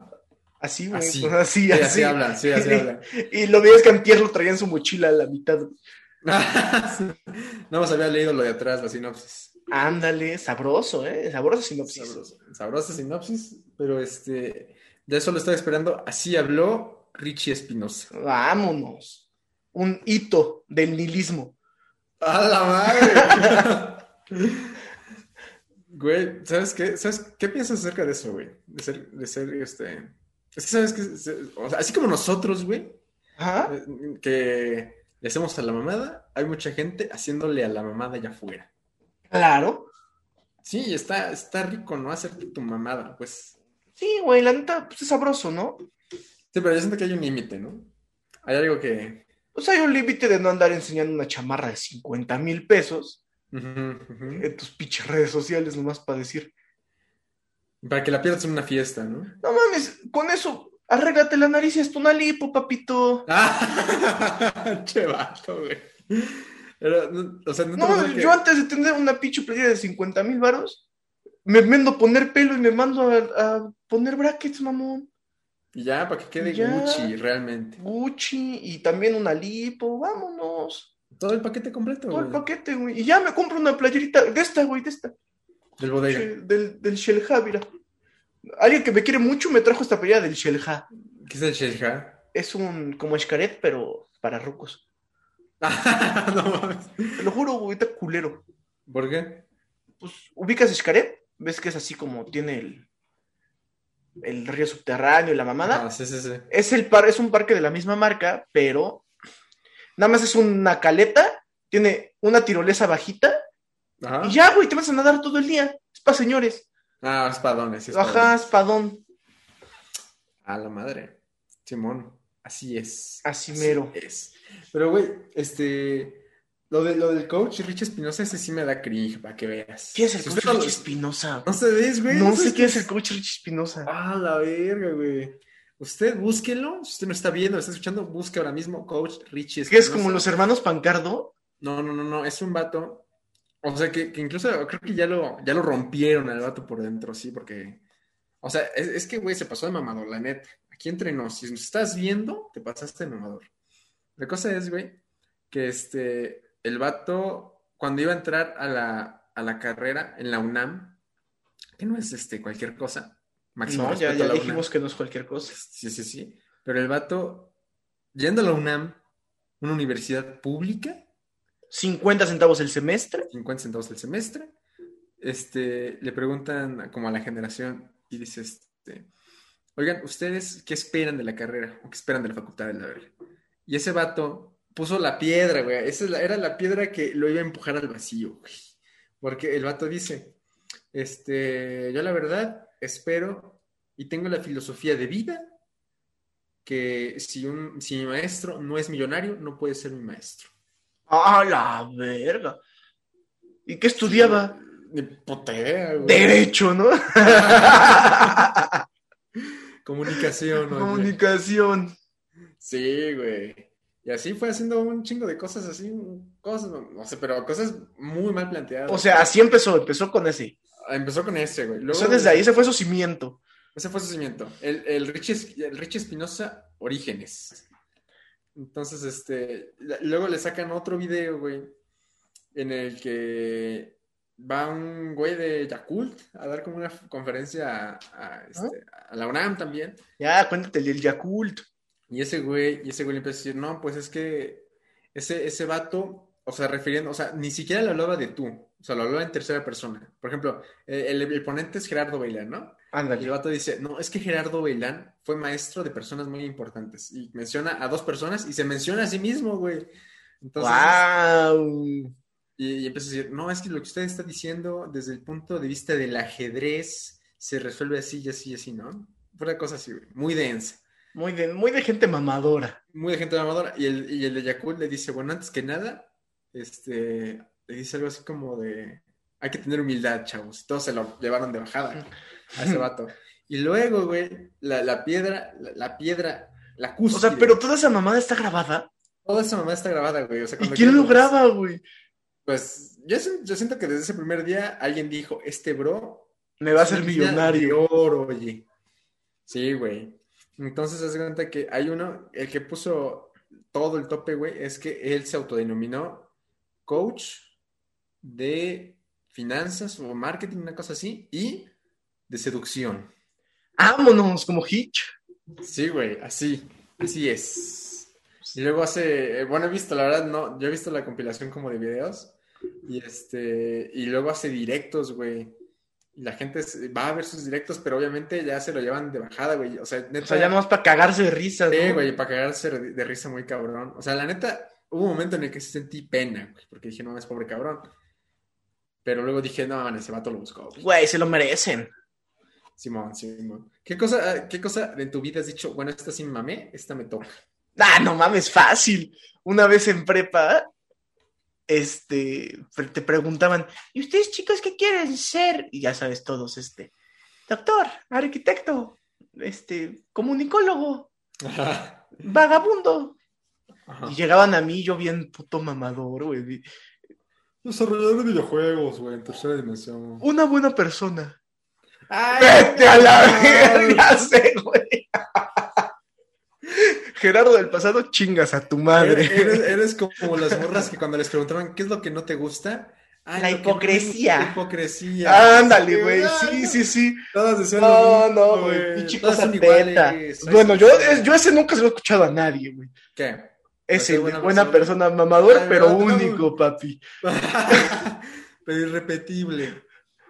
así, güey, Así. pues así, Sí, así. así hablan, sí, así hablan. Y lo veías que antier lo traía en su mochila a la mitad. Nada más había leído lo de atrás, la sinopsis. Ándale, sabroso, ¿eh? Sabroso sinopsis. Sabroso- sabrosa sinopsis, pero este, ya solo estaba esperando. Así habló Richie Espinosa. Vámonos. Un hito del nihilismo. ¡A la madre! güey, ¿sabes qué? ¿Sabes qué piensas acerca de eso, güey? De ser, de ser este, Es que sabes que, o sea, así como nosotros, güey, Ajá. eh, que le hacemos a la mamada, hay mucha gente haciéndole a la mamada allá afuera. Claro. Sí, y está, está rico, ¿no? Hacerte tu mamada, pues. Sí, güey, la neta, pues es sabroso, ¿no? Sí, pero yo siento que hay un límite, ¿no? Hay algo que. Pues hay un límite de no andar enseñando una chamarra de 50 mil pesos Ujú, ujú. en tus pinches redes sociales nomás para decir, Para que la pierdas en una fiesta, ¿no? no mames, con eso, arréglate la nariz y hasta una lipo, papito. ¡Ah! che vato, güey. Pero, no, o sea, no te No, pasa yo que- antes de tener una pinche playera de 50 mil varos, me mando poner pelo y me mando a, a poner brackets, mamón. Y Ya, para que quede Ya. Gucci, realmente. Gucci y también una lipo, vámonos. Todo el paquete completo, Todo el güey. paquete, güey. Y ya me compro una playerita de esta, güey, de esta. Del bodega. Che- Del, del Shelja, mira. Alguien que me quiere mucho me trajo esta playera del Shelja. ¿Qué es el ah? Sheikha? Es un como escaret, pero para rucos. no mames. Te lo juro, güey, está culero. ¿Por qué? Pues ubicas escaret, ves que es así como tiene el, el río subterráneo y la mamada. Ah, sí, sí, sí. Es, el par, es un parque de la misma marca, pero nada más es una caleta, tiene una tirolesa bajita Ajá. y ya, güey, te vas a nadar todo el día. Es para señores. Ah, espadones. sí, espadones. Ajá, espadón. A Ah, la madre. Simón. Así es. Así mero. es. Pero, güey, este. Lo, de, lo del coach Rich Espinosa, ese sí me da cringe, para que veas. ¿Quién es el Si coach usted no lo- Richie Espinosa? No se ves, güey. No se sé ve. quién es el coach Richie Espinosa. Ah, la verga, güey. Usted búsquelo. Si usted no está viendo, está escuchando, busque ahora mismo coach Richie Que es Espinosa. como los hermanos Pancardo. No, no, no, no. Es un vato. O sea, que, que incluso creo que ya lo, ya lo rompieron al vato por dentro, sí, porque. O sea, es, es que, güey, se pasó de mamador, la neta. Aquí entre nos, si nos estás viendo, te pasaste de mamador. La cosa es, güey, que este. El vato, cuando iba a entrar a la, a la carrera en la UNAM, que no es este cualquier cosa. Máximo No, ya, Ah, respeto ya a la UNAM. dijimos que no es cualquier cosa. Sí, sí, sí. Pero el vato, yendo a la UNAM, una universidad pública, 50 centavos el semestre. 50 centavos el semestre, este, le preguntan a- como a la generación y dice, este, oigan, ¿ustedes qué esperan de la carrera o qué esperan de la facultad de la verga? Y ese vato puso la piedra, güey. Esa es la- era la piedra que lo iba a empujar al vacío, güey. Porque el vato dice, este, yo la verdad espero y tengo la filosofía de vida que si, un, si mi maestro no es millonario, no puede ser mi maestro. ¡Ah, la verga! ¿Y qué estudiaba? Ni puta idea, güey. Derecho, ¿no? Comunicación, oye. Comunicación. Sí, güey. Y así fue haciendo un chingo de cosas así, cosas, no sé, pero cosas muy mal planteadas. O sea, así empezó, empezó con ese. empezó con ese, güey. Luego, Empezó desde ahí, ese fue su cimiento. Ese fue su cimiento. El, el Richie Es- el Richie Espinosa, Orígenes. Entonces, este, la- luego le sacan otro video, güey, en el que va un güey de Yakult a dar como una conferencia a, a, este, ¿Ah? a la UNAM también. Ya, cuéntate el del Yakult. Y ese güey, y ese güey le empieza a decir, no, pues es que ese, ese vato, o sea, refiriendo, o sea, ni siquiera le hablaba de tú, o sea, lo hablaba en tercera persona. Por ejemplo, eh, el, el ponente es Gerardo Bailán, ¿no? Y el Ándale. vato dice, no, es que Gerardo Bailán fue maestro de personas muy importantes. Y menciona a dos personas y se menciona a sí mismo, güey. Entonces, ¡Wow! y, y empieza a decir, no, es que lo que usted está diciendo desde el punto de vista del ajedrez se resuelve así y así y así, ¿no? Fue una cosa así, güey, muy densa. Muy de, muy de gente mamadora. muy de gente mamadora. Y el, y el de Yakult le dice, bueno, antes que nada, este, le dice algo así como de, hay que tener humildad, chavos. Todos se lo llevaron de bajada güey, a ese vato. Y luego, güey, la, la piedra, la, la piedra, la O cúspide. sea, pero toda esa mamada está grabada. Toda esa mamá está grabada, güey. O ¿Y sea, cuando quién quieras lo lo ves. graba, güey? Pues yo, si- yo siento que desde ese primer día alguien dijo, este bro Me va a es ser una mina millonario. de oro, oye. Sí, güey. Entonces, haz de cuenta que hay uno, el que puso todo el tope, güey, es que él se autodenominó coach de finanzas o marketing, una cosa así, y de seducción. Vámonos, como Hitch. Sí, güey, así, así es. Y luego hace, eh, bueno, he visto, la verdad, no, yo he visto la compilación como de videos, y este, y luego hace directos, güey, y la gente se- va a ver sus directos, pero obviamente ya se lo llevan de bajada, güey. O sea, neta, O sea, ya nomás para cagarse de risa, Sí, ¿no? güey, para cagarse de de risa muy cabrón. O sea, la neta, hubo un momento en el que sí sentí pena, güey, porque dije, no, es pobre cabrón. Pero luego dije, no, man, ese vato lo buscó. güey. Güey, se lo merecen. Simón, Simón. ¿Qué cosa, ¿Qué cosa de tu vida has dicho? Bueno, esta sí me mamé, esta me toca. Ah, no mames, fácil. Una vez en prepa, este, pre- te preguntaban, ¿y ustedes chicos qué quieren ser? Y ya sabes todos, este, doctor, arquitecto, este, comunicólogo, Ajá. vagabundo. Ajá. Y llegaban a mí, yo bien puto mamador, güey. Desarrollador de videojuegos, güey, en tercera dimensión. Una buena persona. ¡Ay! ¡Vete a la verga, sé, güey! Gerardo del pasado, chingas a tu madre. Eres, eres- eres como las morras que cuando les preguntaron qué es lo que no te gusta. Ay, La lo que no me gusta es hipocresía. la hipocresía. Ándale, güey. Ay, Sí, no. sí, sí. Todas decían No, lo mismo, no, güey. Pinche Todas cosa son teta. iguales. Bueno, yo, es- yo ese nunca se lo he escuchado a nadie, güey. ¿Qué? Ese, Pero güey, buena buena persona. persona, mamador, Ah, pero no, no, único, papi. Pero irrepetible.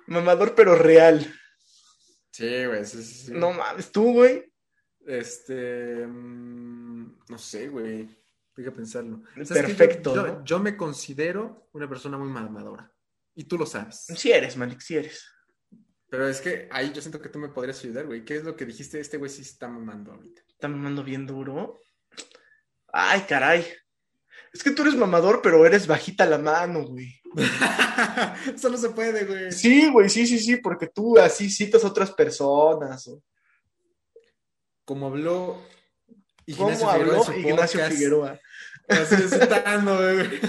Mamador, pero real. Sí, güey. sí, sí, sí. No mames, tú, güey. Este. mm, No sé, güey. Hay que pensarlo. ¿Sabes qué? Yo- Perfecto, Yo, ¿no? yo me considero una persona muy mamadora. Y tú lo sabes. Si eres, Manix, si eres. Pero es que ahí yo siento que tú me podrías ayudar, güey. ¿Qué es lo que dijiste? Este güey sí está mamando ahorita. Está mamando bien duro. Ay, caray. Es que tú eres mamador, pero eres bajita la mano, güey. Eso no se puede, güey. Sí, güey, sí, sí, sí, porque tú así citas a otras personas. o- Como habló Ignacio ¿Cómo Figueroa en habló su Ignacio podcast. Figueroa? Así es, citando, güey.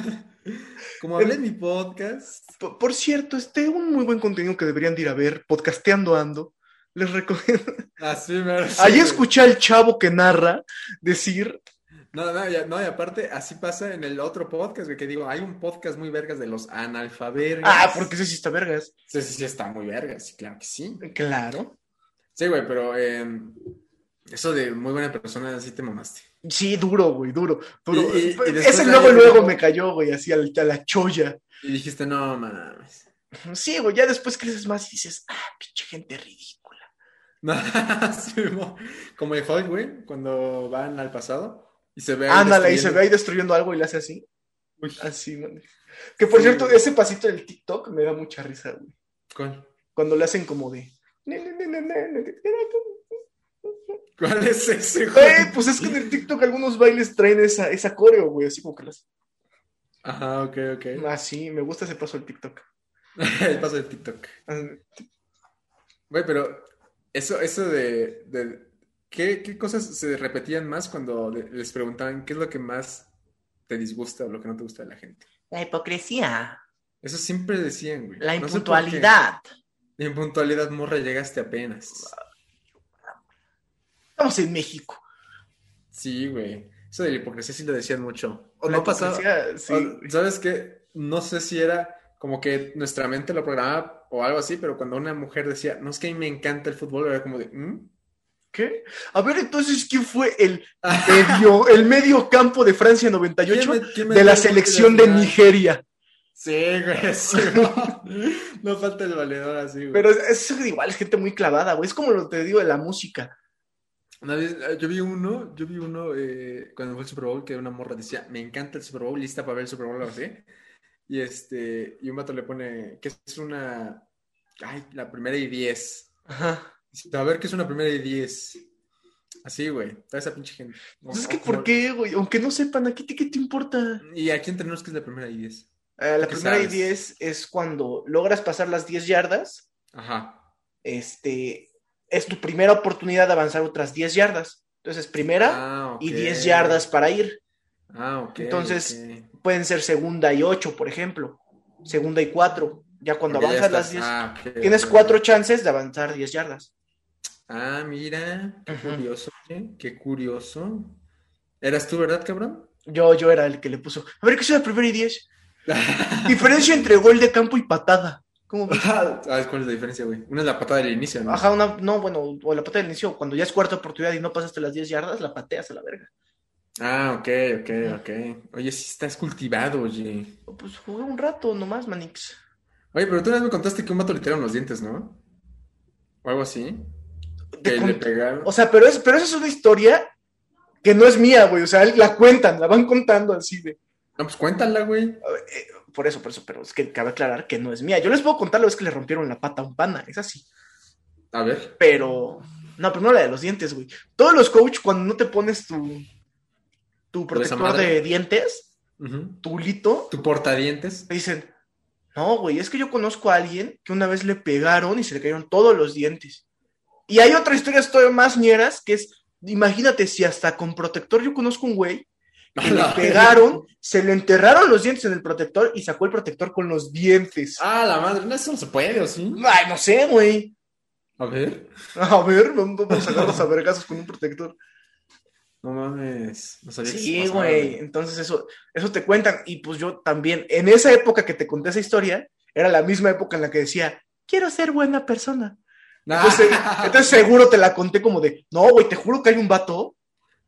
Como hablé en mi podcast. P- Por, cierto, este un muy buen contenido que deberían de ir a ver, podcasteando ando. Les recomiendo. Así me Ahí sí, escuché al chavo que narra decir, No, no, ya- no, y aparte, así pasa en el otro podcast, güey, que digo, hay un podcast muy vergas de los analfabergas. ah, porque ese sí está vergas. Sí, sí, sí, está muy vergas, sí, claro que sí. Claro. Sí, güey, pero eh, eso de muy buena persona, sí te mamaste. Sí, duro, güey, duro. duro. Pues, Y- y- y después ese de luego, ahí- luego me cayó, güey, así a la, a la cholla. Y dijiste, no, mames. Sí, güey, ya después creces más y dices, ah, pinche gente ridícula. No, sí, mo- como el Hulk, güey, cuando van al pasado y se ve ahí Ándale, y se ve destruyendo- ahí destruyendo algo y le hace así. Uy, Así, man. Que por Sí, cierto, güey. ese pasito del TikTok me da mucha risa, güey. ¿cuál? Cuando le hacen como de. ¿Cuál es ese, güey? Güey, pues es que en el TikTok algunos bailes traen esa, esa coreo, güey, así como que las. Ajá, ok, ok. Ah, sí, me gusta ese paso del TikTok. El paso de TikTok. Ah, Güey, pero eso, eso de, de- ¿qué, qué cosas se repetían más cuando le- les preguntaban qué es lo que más te disgusta o lo que no te gusta de la gente? La hipocresía, Eso siempre decían, güey. la No sé por qué. impuntualidad. La impuntualidad, morra, llegaste apenas. Estamos en México. Sí, güey. Eso de la hipocresía sí lo decían mucho. O La no Ah. pasaba. hipocresía, Sí. o- ¿Sabes qué? No sé si era como que nuestra mente lo programaba o algo así, pero cuando una mujer decía, no es que a mí me encanta el fútbol, era como de, "¿Mm?". ¿Qué? A ver, entonces, ¿quién fue el medio, el medio campo de Francia 98 ¿Quién me- quién me de dio la el gol selección de final? Nigeria? Sí, güey, sí, no. No falta el valedor así, güey. Pero es, es igual, es gente muy clavada, güey. Es como lo que te digo de la música. Una vez, eh, yo vi uno, yo vi uno eh, cuando fue el Super Bowl que una morra decía, me encanta el Super Bowl, lista para ver el Super Bowl, algo así. Y este, y un vato le pone, que es una, ay, la primera y diez. Ajá. Dice, A ver, ¿qué es una primera y diez? Así, güey, toda esa pinche gente. Entonces, Pues es O- que, o ¿por como- qué, güey? Aunque no sepan, ¿a ti qué te importa? Y aquí entrenamos que es la primera y diez. Eh, la ¿Qué primera y sabes? 10 es cuando logras pasar las 10 yardas. Ajá. este, es tu primera oportunidad de avanzar otras 10 yardas. Entonces, primera Ah, y ok. 10 yardas para ir. Ah, ok, Entonces, ok. Pueden ser segunda y 8, por ejemplo. Segunda y 4. Ya cuando Porque ya avanzas las estás- 10, ah, ok, tienes ok. 4 chances de avanzar 10 yardas. Ah, mira, qué Ajá. curioso, ¿eh? Qué curioso. ¿Eras tú, verdad, cabrón? Yo, yo era el que le puso. A ver, ¿qué es la primera y 10? Diferencia entre gol de campo y patada. ¿Cómo ves? ¿Sabes Ah, cuál es la diferencia, güey? Una es la patada del inicio, ¿no? Ajá, una, no, bueno, o la patada del inicio, cuando ya es cuarta oportunidad y no pasaste las 10 yardas, la pateas a la verga. Ah, ok, ok, ok. Oye, sí estás cultivado, oye. Pues jugué un rato nomás, Manix. Oye, pero tú una vez me contaste que un vato le tiraron los dientes, ¿no? o algo así. Te Que con- le pegaron. O sea, pero, es, pero eso es una historia que no es mía, güey. O sea, la cuentan, la van contando así de. No, pues cuéntala, güey. a ver, eh, por eso, por eso, pero es que cabe aclarar que no es mía. Yo les puedo contar la vez que le rompieron la pata a un pana, es así. A ver. Pero. No, primero la de los dientes, güey. Todos los coach, cuando no te pones tu. Tu protector madre. de dientes, Ujú. tu ulito, Tu portadientes. te dicen. No, güey, es que yo conozco a alguien que una vez le pegaron y se le cayeron todos los dientes. Y hay otra historia todavía más ñeras que es. Imagínate si hasta con protector yo conozco un güey que le pegaron, se le enterraron los dientes en el protector y sacó el protector con los dientes. Ah, la madre. No, eso no se puede, ¿o sí? Ay, no sé, güey. A ver. A ver, vamos vamos a agarrarnos a vergazos con un protector. No mames. No sabía que Pues Sí, se pasaba, güey. Entonces eso, eso te cuentan. Y pues yo también, en esa época que te conté esa historia, era la misma época en la que decía, quiero ser buena persona. Nah. Entonces, entonces seguro te la conté como de, no, güey, te juro que hay un vato.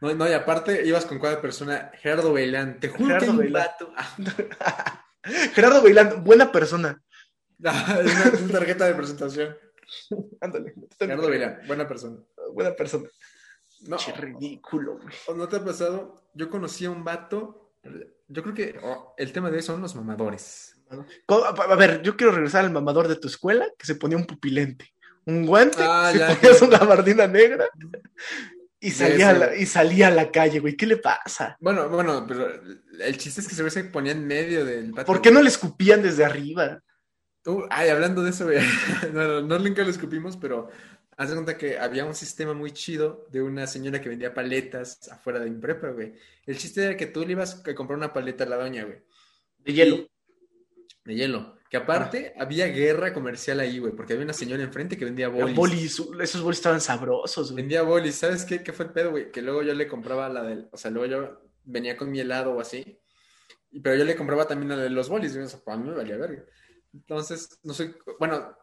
No, no, y aparte ibas con cuál persona, Gerardo Bailán, te juro Gerardo que hay un Bailán. vato. Ah, Gerardo Bailán, buena persona. ah, es una, una tarjeta de presentación. Ándale, Gerardo Bailán, buena persona. buena persona. No, Che, ridículo, güey. ¿o ¿no te ha pasado? Yo conocí a un vato, yo creo que oh, el tema de hoy son los mamadores. Co- A a ver, yo quiero regresar al mamador de tu escuela que se ponía un pupilente, un guante, Ah, se ya, ponía ya. su gabardina negra y De salía, a ese. la, y salía a la calle, güey. ¿Qué le pasa? Bueno, bueno, pero el chiste es que se ponía en medio del patio. ¿Por qué no le escupían desde arriba? Uh, ay, hablando de eso, güey, no, no, no, nunca lo escupimos, pero haz de cuenta que había un sistema muy chido de una señora que vendía paletas afuera de mi prepa, güey. El chiste era que tú le ibas a comprar una paleta a la doña, güey. De hielo. De hielo. Que aparte había guerra comercial ahí, güey, porque había una señora enfrente que vendía bolis. Bolis, esos bolis estaban sabrosos, güey. Vendía bolis. ¿Sabes qué? ¿Qué fue el pedo, güey? Que luego yo le compraba la del... O sea, luego yo venía con mi helado o así. y- Pero yo le compraba también la de los bolis. güey, o sea, para mí me valía verga. Entonces, no soy... Bueno,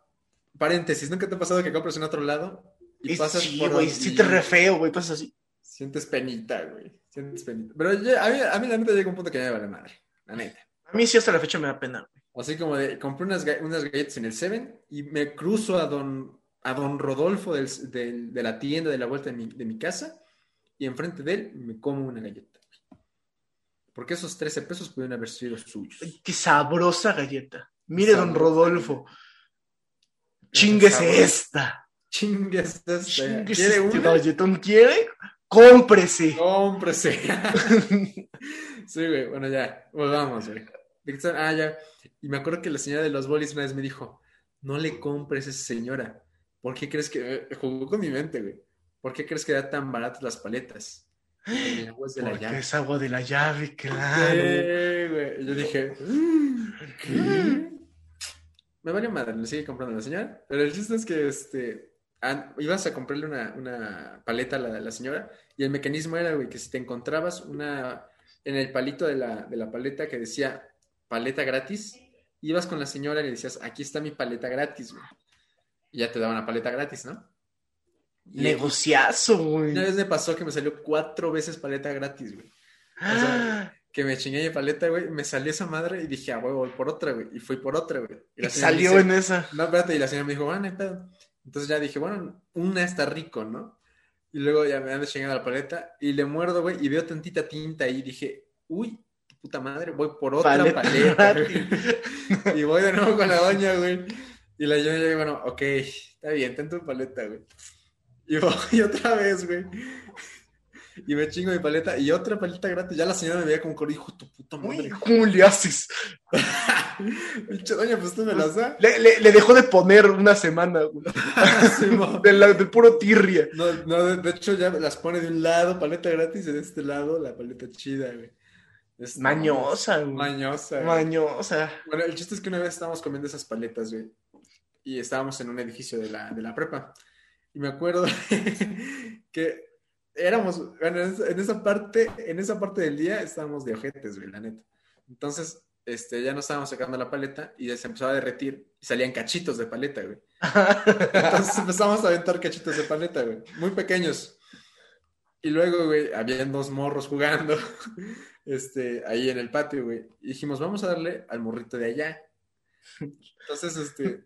paréntesis. ¿Nunca te ha pasado que compras en otro lado y Es- pasas sí, por güey, donde- sí te re feo, güey, pasas así. Sientes penita, güey. Sientes penita. Pero yo- a, mí, a mí la neta llega un punto que ya me vale madre. La neta. A mí sí hasta la fecha me da pena. güey. Así como de, compré unas, ga- unas galletas en el Seven y me cruzo a don, a don Rodolfo del, del- de la tienda de la vuelta de mi, de mi casa y enfrente de él me como una galleta. Porque esos 13 pesos pudieron haber sido suyos. Ay, Qué sabrosa galleta. Mire, don Sabrosa Rodolfo, Sabor. chinguese esta. Chingues esta. Chinguese ¿Quiere este una? galletón, ¿quiere? Cómprese. Cómprese. sí, güey. Bueno, ya. Volvamos, güey. ¿De qué estaba? Ah, ya. Y me acuerdo que la señora de los bolis una vez me dijo, no le compres a esa señora. ¿Por qué crees que... eh, Jugó con mi mente, güey. ¿Por qué crees que da tan baratas las paletas? Porque El agua es de la Porque llave. es agua de la llave, claro. Sí, güey. Yo dije, "Mm, ¿qué?". Me valió madre, le sigue comprando a la señora. Pero el chiste es que este, an- ibas a comprarle una, una paleta a la, a la señora y el mecanismo era, güey, que si te encontrabas una en el palito de la, de la paleta que decía paleta gratis, ibas con la señora y le decías, aquí está mi paleta gratis, güey. Y ya te daban la paleta gratis, ¿no? Y Negociazo, güey. una vez me pasó que me salió cuatro veces paleta gratis, güey. o Ah, sea, que me chingué de paleta, güey, me salió esa madre y dije, ah, güey, voy por otra, güey, y fui por otra, güey. Y Y la señora me salió dice, en esa. No, espérate, y la señora me dijo, bueno, no hay pedo. Entonces ya dije, bueno, una está rico, ¿no? Y luego ya me ando chingando la paleta y le muerdo, güey, y veo tantita tinta ahí y dije, uy, puta madre, voy por otra Paleta paleta. güey. y voy de nuevo con la doña, güey. Y la doña, yo, bueno, ok, está bien, ten tu paleta, güey. Y voy otra vez, güey. Y me chingo mi paleta y otra paleta gratis. Ya la señora me veía como con hijo, de tu puta Uy, madre. ¿cómo le haces? Pinche doña, pues tú me las das. ¿eh? Le, le- le dejó de poner una semana, güey. Simón. De la- del puro tirria. No, no, de, de hecho ya las pone de un lado, paleta gratis, y de este lado la paleta chida, güey. Es- Mañosa, güey. Mañosa. güey. Mañosa. Bueno, el chiste es que una vez estábamos comiendo esas paletas, güey. Y estábamos en un edificio de la, de la prepa. Y me acuerdo que éramos, bueno, en esa- en esa parte, en esa parte del día estábamos de ojetes, güey, la neta. Entonces, este, ya no estábamos sacando la paleta y se empezaba a derretir y salían cachitos de paleta, güey. Entonces empezamos a aventar cachitos de paleta, güey. Muy pequeños. Y luego, güey, habían dos morros jugando este, ahí en el patio, güey. Y dijimos, vamos a darle al morrito de allá. Entonces, este,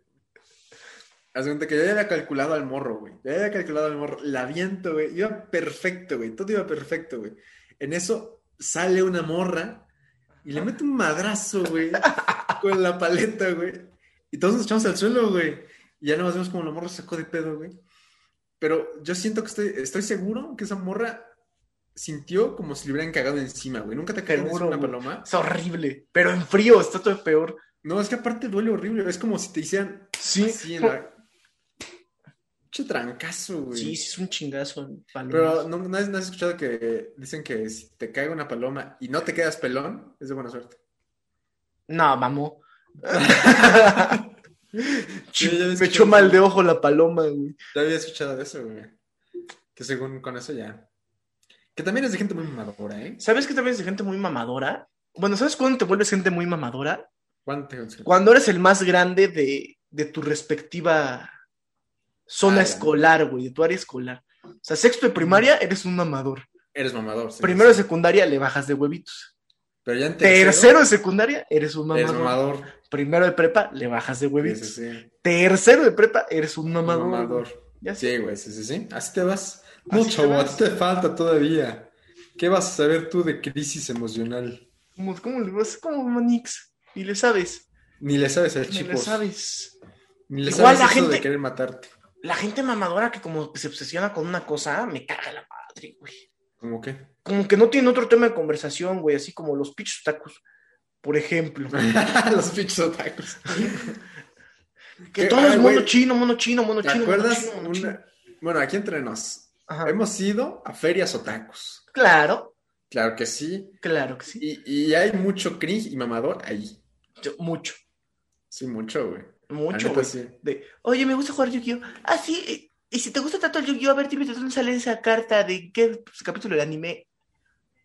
Haz de cuenta que yo ya había calculado al morro, güey. Ya había calculado al morro. La viento, güey. Iba perfecto, güey. Todo iba perfecto, güey. En eso sale una morra y le mete un madrazo, güey. con la paleta, güey. Y todos nos echamos al suelo, güey. Y ya nomás vemos como la morra se sacó de pedo, güey. Pero yo siento que estoy, estoy seguro que esa morra sintió como si le hubieran cagado encima, güey. Nunca te cagaron Seguro, encima una güey. paloma. Es horrible. Pero en frío está todo peor. No, es que aparte duele horrible. Es como si te hicieran Sí. así en la. Pinche trancazo, güey. Sí, sí, es un chingazo. palomas. Pero ¿no, no has, no has escuchado que dicen que si te cae una paloma y no te quedas pelón, es de buena suerte. No, mamó. Sí, ya ves Me que- echó mal de ojo la paloma, güey. Ya había escuchado de eso, güey. Que según con eso ya. Que también es de gente muy mamadora, ¿eh? ¿Sabes que también es de gente muy mamadora? Bueno, ¿sabes cuándo te vuelves gente muy mamadora? ¿Cuándo te consideras? Cuando eres el más grande de, de tu respectiva zona Ah, ya. escolar, güey, de tu área escolar. O sea, sexto de primaria eres un mamador. Eres mamador, sí. Primero de sí. secundaria le bajas de huevitos. Pero ya en Tercero de secundaria eres un eres mamador. mamador. Primero de prepa le bajas de Sí, huevitos. sí, sí. Tercero de prepa eres un mamador. Mamador. güey. Ya sé. Sí, güey, sí, sí, sí. Así te Así vas. No, te chavo, a vas. ti te falta todavía. ¿Qué vas a saber tú de crisis emocional? ¿Cómo, cómo le vas? ¿Cómo, Manix? Y le sabes. Ni le sabes al Ni chico. le sabes. Ni le Igual sabes la eso de gente- querer matarte. La gente mamadora que como que se obsesiona con una cosa, me caga la madre, güey. ¿Cómo qué? Como que no tiene otro tema de conversación, güey, así como los pinches tacos, por ejemplo. Los pinches otakus. Que ¿Qué? todo Ay, es mono güey. chino, mono chino, mono ¿Te chino. mono acuerdas? chino, mono una- em- chino. Bueno, aquí entre nos. Ajá. Hemos ido a ferias otakus. Claro, Claro que sí. claro que sí. Y, y hay mucho cringe y mamador ahí. Yo- Mucho, Sí, mucho, güey. La mucho, neta, güey. sí. De, oye, me gusta jugar Yu-Gi-Oh! Ah, sí, eh, y si te gusta tanto el Yu-Gi-Oh! A ver, dime de dónde sale esa carta, de qué pues, capítulo del anime.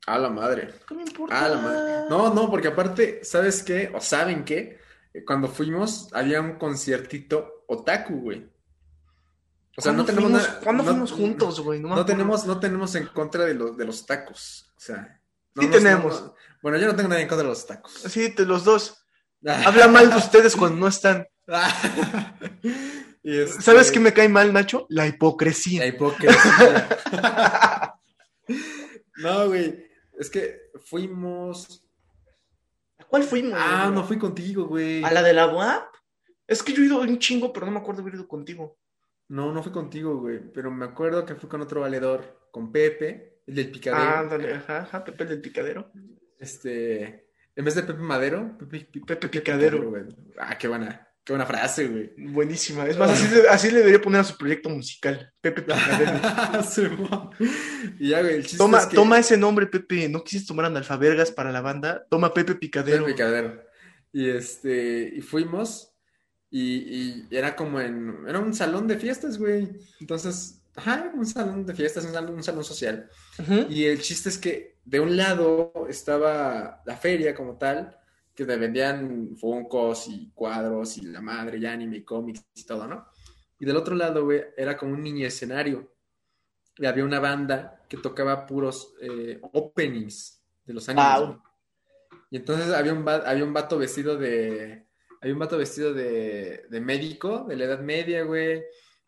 A la madre. ¿Qué me importa? A Ah, la Ah. madre. No, no, porque aparte, ¿sabes qué? O saben qué? Eh, Cuando fuimos, había un conciertito otaku, güey. O sea, ¿Cuándo no tenemos fuimos- nada- ¿Cuándo no- fuimos juntos, güey? me No acuerdo. tenemos, no tenemos en contra de los, de los tacos. O sea, no Sí nos- tenemos. no- bueno, yo no tengo nada en contra de los tacos. Ah, Sí, te- los dos. Habla mal de ustedes cuando no están. Y este- ¿Sabes qué me cae mal, Nacho? La hipocresía. La hipocresía. no, güey. Es que fuimos. ¿A ¿Cuál fuimos? Ah, güey? no fui contigo, güey. ¿A la de la UAP? Es que yo he ido un chingo, pero no me acuerdo haber ido contigo. No, no fui contigo, güey. Pero me acuerdo que fui con otro valedor, con Pepe, el del picadero. Ah, ándale, ajá, ajá, Pepe el del Picadero. Este. En vez de Pepe Madero, Pepe, Pepe Picadero. güey. Ah, qué buena. Qué buena frase, güey. Buenísima. Es más, así, le- así le debería poner a su proyecto musical. Pepe Picadero. Simón. y ya, güey, el chiste Toma, es que- toma ese nombre, Pepe. No quisiste tomar analfabergas para la banda. Toma Pepe Picadero. Pepe Picadero. Y este, y fuimos, y, y era como en, era un salón de fiestas, güey. Entonces, ajá, un salón de fiestas, un salón, un salón social. Ujú. Y el chiste es que de un lado estaba la feria como tal, que te vendían funcos y cuadros y la madre, y anime y cómics y todo, ¿no? Y del otro lado, güey, era como un mini escenario. Y había una banda que tocaba puros eh, openings de los animes. Wow. güey. Y entonces había un, va- había un vato vestido de... Había un vato vestido de, de médico, de la Edad Media, güey.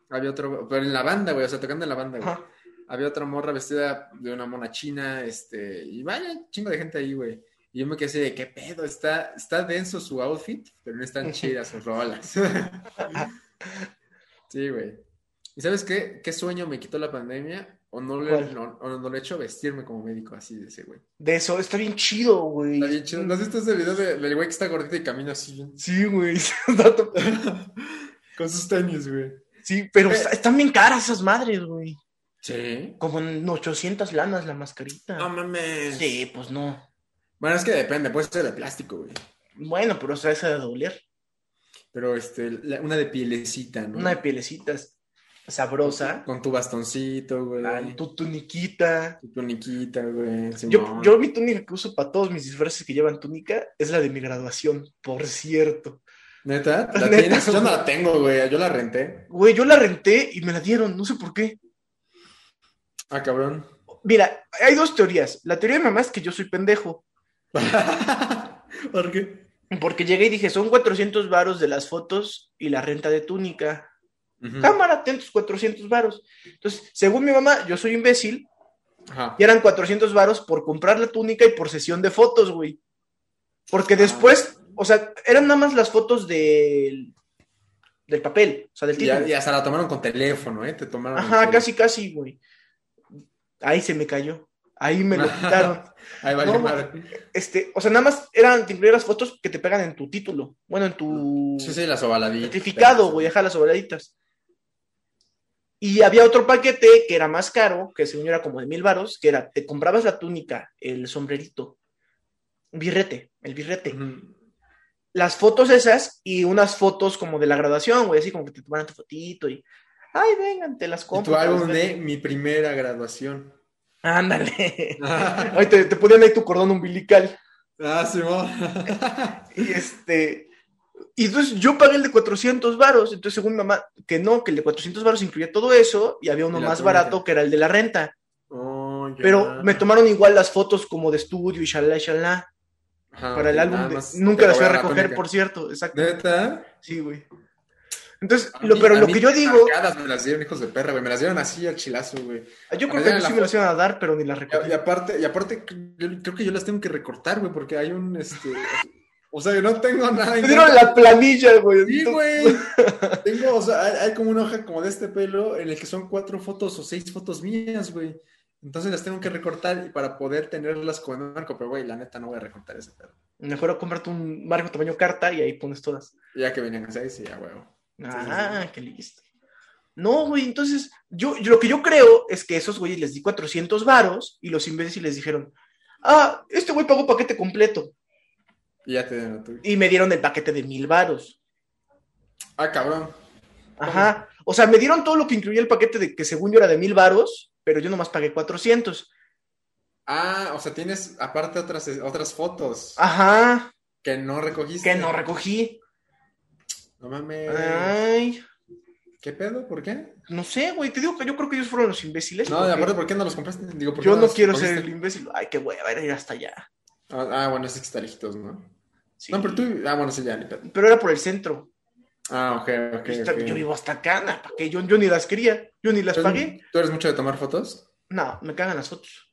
Había otro... Pero en la banda, güey. O sea, tocando en la banda, güey. Ajá. Había otra morra vestida de una mona china, este... Y vaya, chingo de gente ahí, güey. Y yo me quedé así de, ¿qué pedo? Está, está denso su outfit, pero no están chidas sus rolas. sí, güey. ¿Y sabes qué? ¿Qué sueño me quitó la pandemia? O no le, ¿Cuál? no, o no le he hecho vestirme como médico así de ese, güey. De eso, está bien chido, güey. Está bien chido. ¿No has visto ese video de- del güey que está gordito y camina así? bien? Sí, güey. Está to- Con sus tenis, güey. Sí, pero está- están bien caras esas madres, güey. Sí. Como en 800 lanas la mascarita. No mames. sí, pues no. Bueno, es que depende, puede ser de plástico, güey. Bueno, pero o sea, esa de doler. Pero este, la- una de pielecita, ¿no? Una de pielecitas sabrosa. Con tu bastoncito, güey. Ay, tu tuniquita. Tu tuniquita, güey. Yo, Simón. yo mi túnica que uso para todos mis disfraces que llevan túnica es la de mi graduación, por cierto. ¿Neta? ¿La Neta. tienes? Yo no la tengo, güey. Yo la renté. Güey, yo la renté y me la dieron, no sé por qué. Ah, cabrón. Mira, hay dos teorías. La teoría de mi mamá es que yo soy pendejo. ¿Por qué? Porque llegué y dije, son 400 varos de las fotos y la renta de túnica. Ujú. Cámara, ten tus 400 varos. Entonces, según mi mamá, yo soy imbécil, Ajá. y eran 400 varos por comprar la túnica y por sesión de fotos, güey. Ah. Porque después, o sea, eran nada más las fotos del, del papel, o sea, del Y, título. y hasta la tomaron con teléfono, ¿eh? Te tomaron. Ajá, este, casi, casi, güey. Ahí se me cayó. Ahí me lo quitaron. Ahí valió No, madre. Este, o sea, nada más eran te incluían las fotos que te pegan en tu título. Bueno, en tu Sí, sí, las ovaladitas. certificado, güey, ajá, las sobraditas. Y había otro paquete que era más caro, que según yo era como de mil varos, que era, te comprabas la túnica, el sombrerito, un birrete, el birrete, Ujú. las fotos esas y unas fotos como de la graduación, güey, así como que te tomaran tu fotito y, ay, vengan, te las Y compro. tu te las álbum vendo". de mi primera graduación. Ándale. ah, Ay, te, te ponían ahí tu cordón umbilical. Simón. Y este. Y entonces yo pagué el de 400 varos. Entonces, según mi mamá, que no, que el de 400 varos incluía todo eso y había uno Y la más túnica. barato que era el de la renta. Oh, ya. Pero me tomaron igual las fotos como de estudio y shalá, y shalá. Ajá, para el Ah, ok, álbum. nada de- más Nunca te las fui a robaron la recoger, túnica. por cierto. Exacto. ¿Neta? Sí, güey. Entonces, A lo, mí- pero a lo mí que yo mis digo, arcadas me las dieron hijos de perra, güey. Me las dieron así al chilazo, güey. yo a creo que mí me a mí la sí me las iban a dar, pero ni las Y, y recogí. aparte, y aparte, yo- creo que yo las tengo que recortar, güey, porque hay un, este... o sea, yo no tengo nada. en Me dieron contra. la planilla, güey. Sí, Entonces, güey. tengo, o sea, hay, hay como una hoja como de este pelo en el que son cuatro fotos o seis fotos mías, güey. Entonces las tengo que recortar y para poder tenerlas con el marco, pero güey, la neta no voy a recortar ese perro. Mejor comprarte un marco tamaño carta y ahí pones todas. Ya que venían seis y ya, huevo. Ah, qué listo. No, güey, entonces, yo, yo- lo que yo creo es que esos güeyes les di 400 varos y los imbéciles dijeron, ah, este güey pagó paquete completo. Y ya te dieron la tuya. Y me dieron el paquete de mil varos. Ah, cabrón. Ajá. O sea, me dieron todo lo que incluía el paquete de que según yo era de mil varos, pero yo nomás pagué 400. Ah, o sea, tienes aparte otras, otras fotos Ajá, que no recogiste. Ah, que no recogí. No mames. Ay, ¿Qué pedo? ¿Por qué? no sé, güey, te digo que yo creo que ellos fueron los imbéciles. No, porque y aparte, ¿por qué no los compraste? Digo, ¿por este qué yo no los quiero ser cogiste? el imbécil. Ay, qué güey, a ver, ir hasta allá. Ah, ah, bueno, es que está lejitos, ¿no? Sí. No, pero tú. Ah, bueno, sí, ya, ni pedo. Pero era por el centro. Ah, ok, ok. Yo esta- ok. Yo vivo hasta acá, na, ¿para qué? Yo, yo ni las quería, yo ni las ¿Tú eres- pagué. ¿Tú eres mucho de tomar fotos? No, me cagan las fotos.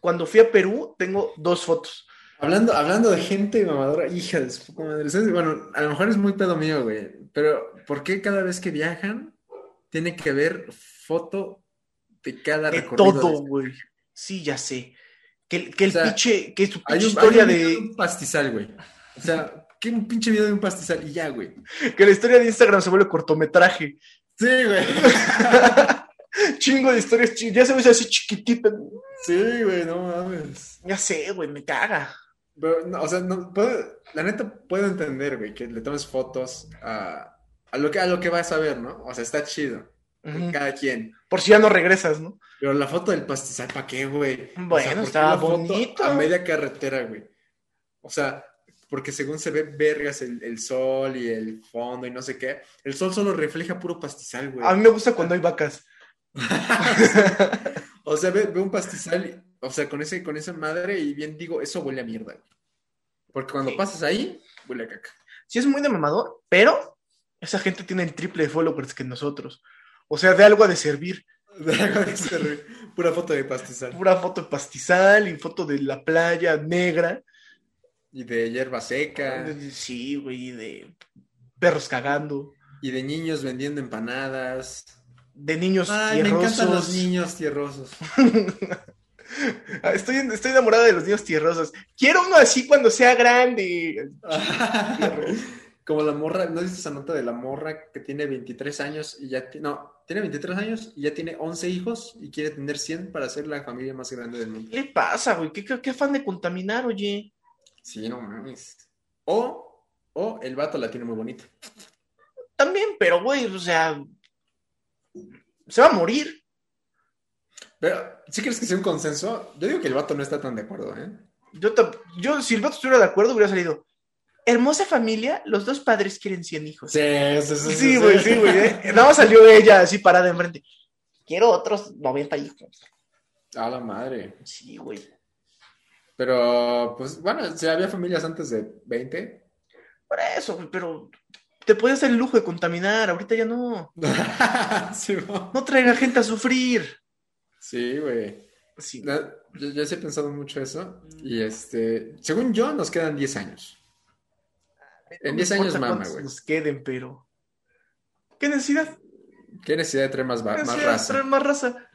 Cuando fui a Perú, tengo dos fotos. Hablando, hablando de gente mamadora, hija de su puta madre. ¿sabes? Bueno, a lo mejor es muy pedo mío, güey. Pero, ¿por qué cada vez que viajan tiene que haber foto de cada De recorrido? todo, güey. Sí, ya sé. Que, que el O sea, pinche, que su Hay pinche un, historia hay un video de de. un pastizal, güey. O sea, qué un pinche video de un pastizal y ya, güey. Que la historia de Instagram se vuelve cortometraje. Sí, güey. Chingo de historias, chi- ya se ve así chiquitita. Sí, güey, no mames. Ya sé, güey, me caga. Pero, no, o sea, no, puedo- la neta puedo entender, güey, que le tomes fotos a, a lo que, a lo que vas a ver, ¿no? O sea, está chido. Ujú. Cada quien. Por si ya no regresas, ¿no? Pero la foto del pastizal, ¿para qué, güey? Bueno, O sea, ¿por qué estaba la foto bonito. A media carretera, güey. O sea, porque según se ve vergas el, el sol y el fondo y no sé qué, el sol solo refleja puro pastizal, güey. A mí me gusta cuando hay vacas. O sea, ve, ve un pastizal, o sea, con ese, con esa madre y bien digo, eso huele a mierda. güey. Porque cuando Sí. pasas ahí, huele a caca. sí es muy de mamador, pero esa gente tiene el triple de followers que nosotros. O sea, de algo ha de servir. Pura foto de pastizal. Pura foto de pastizal y foto de la playa negra. Y de hierba seca. Sí, güey, de perros cagando, Y de niños vendiendo empanadas. de niños Ay, me encantan los tierrosos. niños tierrosos. Ah, estoy, en- estoy enamorada de los niños tierrosos. Quiero uno así cuando sea grande. Como la morra, ¿no viste esa nota de la morra que tiene 23 años y ya ti- no, tiene 23 años y ya tiene 11 hijos y quiere tener 100 para ser la familia más grande del mundo? ¿Qué le pasa, güey? ¿Qué, qué, qué afán de contaminar, oye? Sí, no mames. O, o el vato la tiene muy bonita. También, pero, güey, o sea, se va a morir. Pero, ¿sí crees que sea un consenso? Yo digo que el vato no está tan de acuerdo, ¿eh? Yo, tam- yo, si el vato estuviera de acuerdo, hubiera salido. Hermosa familia, los dos padres quieren 100 hijos. Sí, sí, Sí, güey, sí, güey. eh. Nada más salió ella así parada enfrente. Quiero otros 90 hijos. A la madre. Sí, güey. Pero, pues, bueno, si había familias antes de 20. Por eso, güey, pero te podías dar el lujo de contaminar, ahorita ya no. sí, mo- No traigan gente a sufrir. sí, güey. Sí. La- Yo, yo sí he pensado mucho eso. Y este, según yo, nos quedan 10 años. En 10 Ah, No años, importa mama, cuántos güey. Nos queden, pero. ¿Qué necesidad? ¿Qué necesidad de traer más, va- ¿Qué más necesidad de raza? traer más raza.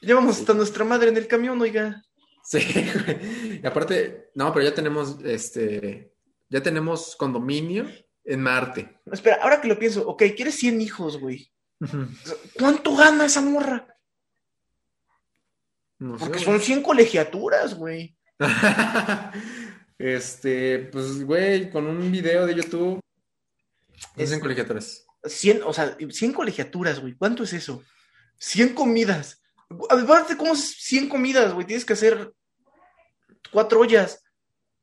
Llevamos hasta nuestra madre en el camión, oiga. Sí, güey. Y aparte, no, pero ya tenemos este, ya tenemos condominio en Marte. Espera, ahora que lo pienso, ok, quieres 100 hijos, güey. ¿Cuánto gana esa morra? No sé, Porque güey. son 100 colegiaturas, güey. Este, pues, güey, con un video de YouTube. Dicen Este- colegiaturas. 100, o sea, 100 colegiaturas, güey. ¿Cuánto es eso? 100 comidas. Aparte, ¿cómo es 100 comidas, güey? Tienes que hacer cuatro ollas.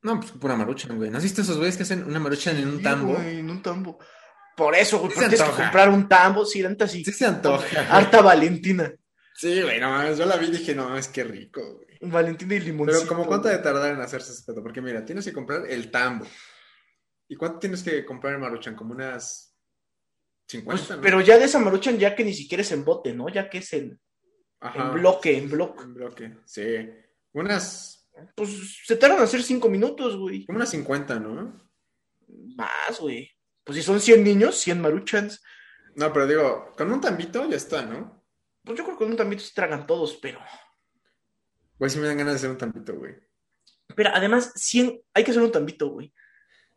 No, pues pura maruchan, güey. ¿No has visto esos güeyes que hacen una maruchan en un Sí, tambo? güey, en un tambo. Por eso, güey, Sí porque se tienes que antoja. comprar un tambo, sí, la neta sí. Sí se antoja. Harta Valentina. Sí, güey, no mames, yo la vi y dije, no mames, qué rico, güey. Valentina y limoncito. Pero como cuánto güey. de tardar en hacerse ese pedo, porque mira, tienes que comprar el tambo. ¿Y cuánto tienes que comprar el maruchan? Como unas 50, Pues, ¿no? Pero ya de esa maruchan, ya que ni siquiera es en bote, ¿no? Ya que es en, Ajá. en bloque, en bloque. En bloque, sí. Unas, Pues se tardan en hacer cinco minutos, güey. como unas 50, ¿no? Más, güey. Pues si son 100 niños, 100 maruchans. No, pero digo, con un tambito ya está, ¿no? Pues yo creo que en un tambito se tragan todos, pero. Güey, sí me dan ganas de hacer un tambito, güey. Pero además, 100. Hay que hacer un tambito, güey.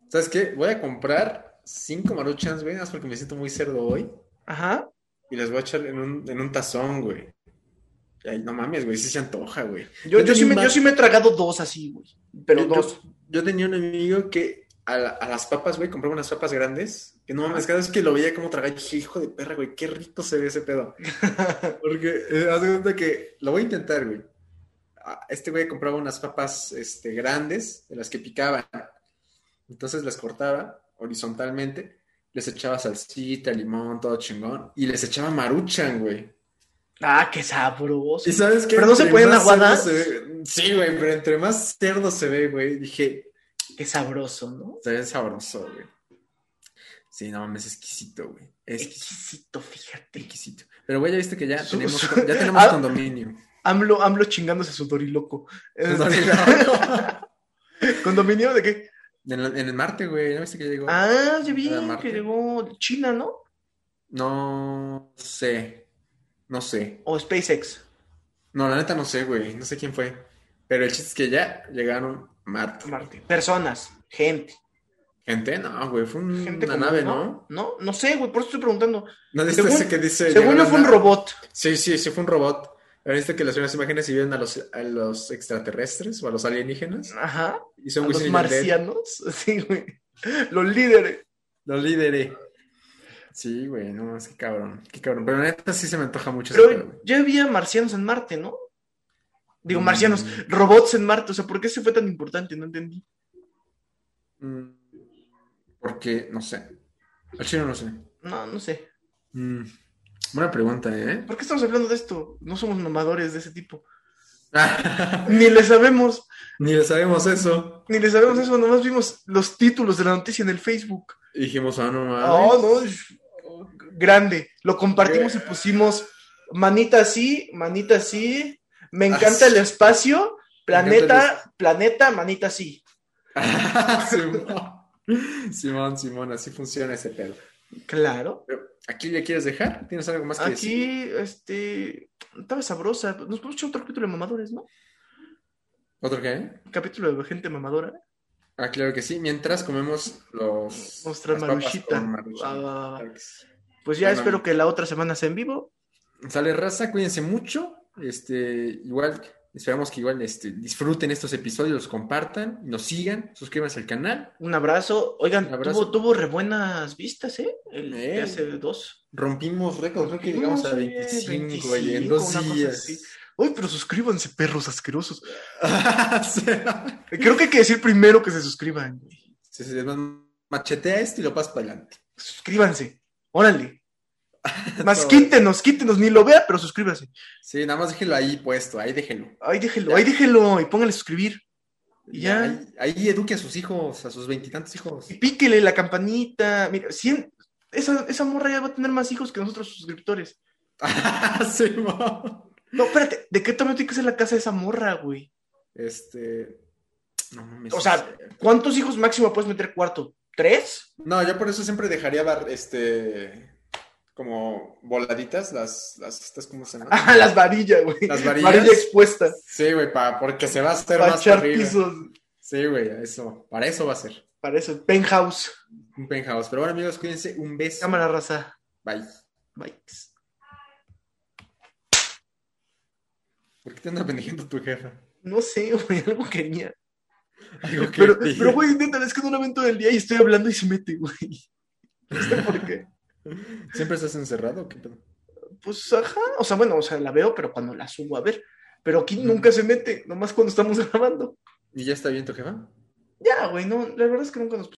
¿Sabes qué? Voy a comprar cinco maruchans, güey, nada más porque me siento muy cerdo hoy. Ajá. Y las voy a echar en un, en un tazón, güey. Ay, no mames, güey, sí se antoja, güey. Yo, Yo yo sí tenía me, un yo sí me he tragado dos así, güey. Pero Yo- yo- dos. Yo tenía un amigo que a, la- a las papas, güey, compraba unas papas grandes. Que no mames, cada vez que lo veía como tragaba, dije, hijo de perra, güey, qué rico se ve ese pedo. Porque eh, haz de cuenta que lo voy a intentar, güey. Ah, Este güey compraba unas papas este, grandes, de las que picaban. Entonces las cortaba horizontalmente, les echaba salsita, limón, todo chingón, y les echaba maruchan, güey. Ah, qué sabroso. ¿Y sabes qué? ¿Pero no se Entre ponían más cerdo aguadas? se ve- Sí, güey, pero entre más cerdo se ve, güey, dije, Qué sabroso, ¿no? Está bien sabroso, güey. Sí, no mames, exquisito, güey. Exquisito. Exquisito, fíjate. exquisito. Pero, güey, ya viste que ya Su- tenemos, su- ya tenemos Ah. condominio. AMLO, AMLO chingándose su doriloco. ¿Condominio de qué? en, la- en el Marte, güey. ¿No viste que llegó? Ah, ya vi Era Marte. que llegó China, ¿no? No sé. No sé. O SpaceX. No, la neta no sé, güey. No sé quién fue. Pero el chiste es que ya llegaron a Marte. Ah, Marte. Personas, gente. Gente, no, güey. Fue un- Gente una común, nave, ¿no? Mm, No, no sé, güey, por eso estoy preguntando. ¿No viste Según- ese que dice? Según llegaron yo a fue un Marte? robot. Sí, sí, sí fue un robot. Pero viste que las primeras imágenes se vieron a los, a los extraterrestres o a los alienígenas. Ajá. Y A son los Wisin y Yandel. marcianos. Sí, güey. Los líderes. Los líderes. Sí, güey, no, es que cabrón, qué cabrón. Pero neta sí se me antoja mucho ese pedo, Pero güey. ya había marcianos en Marte, ¿no? Digo, Mm. marcianos, robots en Marte. O sea, ¿por qué se fue tan importante? No entendí. Mm, Porque, no sé. Al chino no sé. No, no sé. Mm, Buena pregunta, ¿eh? ¿Por qué estamos hablando de esto? No somos mamadores de ese tipo. Ah, Ni le sabemos. Ni lo sabemos eso. Ni le sabemos eso, nomás vimos los títulos de la noticia en el Facebook. Y dijimos, ah, no mames. No, no, es- grande. Lo compartimos y pusimos manita así, manita así. Me encanta Así. el espacio, Me encanta planeta, planeta, manita así. Simón. Simón, Simón, así funciona ese pedo. Claro. Pero, ¿Aquí le quieres dejar? ¿Tienes algo más que decir? Aquí, este, estaba sabrosa. Nos podemos echar otro capítulo de mamadores, ¿no? ¿Otro qué? Capítulo de gente mamadora. Ah, claro que sí. Mientras comemos los... Nuestra las papas maruchita. Ah. con maruchan. Va, va, va, va. Claro que sí. Pues ya Bueno. espero que la otra semana sea en vivo. Sale raza, cuídense mucho. Este, igual, esperamos que igual este, disfruten estos episodios, los compartan, nos sigan, suscríbanse al canal, Un abrazo. Oigan, Un abrazo. Tuvo, tuvo re buenas vistas, ¿eh? El de Eh. hace dos. Rompimos récords, creo que llegamos a Rompimos, oye, 25, güey, en 25, dos una cosa días. así. Uy, pero suscríbanse, perros asquerosos. sí, Creo que hay que decir primero que se suscriban, güey. sí, sí, además, machetea esto y lo pasas para adelante. Suscríbanse. Órale. Más Todo. quítenos, quítenos, ni lo vea, pero suscríbanse. Sí, nada más déjelo ahí puesto, ahí déjenlo. Ahí déjelo, ahí déjelo y póngale suscribir. Y ya. Ahí, ahí eduque a sus hijos, a sus veintitantos hijos. Y píquele la campanita. Mira, 100, Esa, esa morra ya va a tener más hijos que nosotros suscriptores. Simón. No, espérate, ¿de qué tamaño tiene que ser la casa de esa morra, güey? Este. No mames. O sea, ¿cuántos hijos máximo puedes meter cuarto? ¿Tres? No, yo por eso siempre dejaría bar- este. Como voladitas, las, las estas, ¿cómo se llaman? Ah, las varillas, güey. Las varillas. Varilla expuesta. Sí, güey, pa- porque se va a hacer Para más echar terrible. pisos. Sí, güey, eso, para eso va a ser. Para eso, penthouse. Un penthouse. Pero bueno, amigos, cuídense. Un beso. Cámara raza. Bye. Bikes. ¿Por qué te anda pendejando tu jefa? No sé, güey, algo quería. Algo que Pero, te diga. pero, güey, neta, es que es un evento del día y estoy hablando y se mete, güey. No sé por qué. ¿Siempre estás encerrado o qué pedo? Pues, ajá. O sea, bueno, o sea, la veo, pero cuando la subo a ver. Pero aquí nunca se mete, nomás cuando estamos grabando. ¿Y ya está bien tu jefa? Ya, güey, no, la verdad es que nunca nos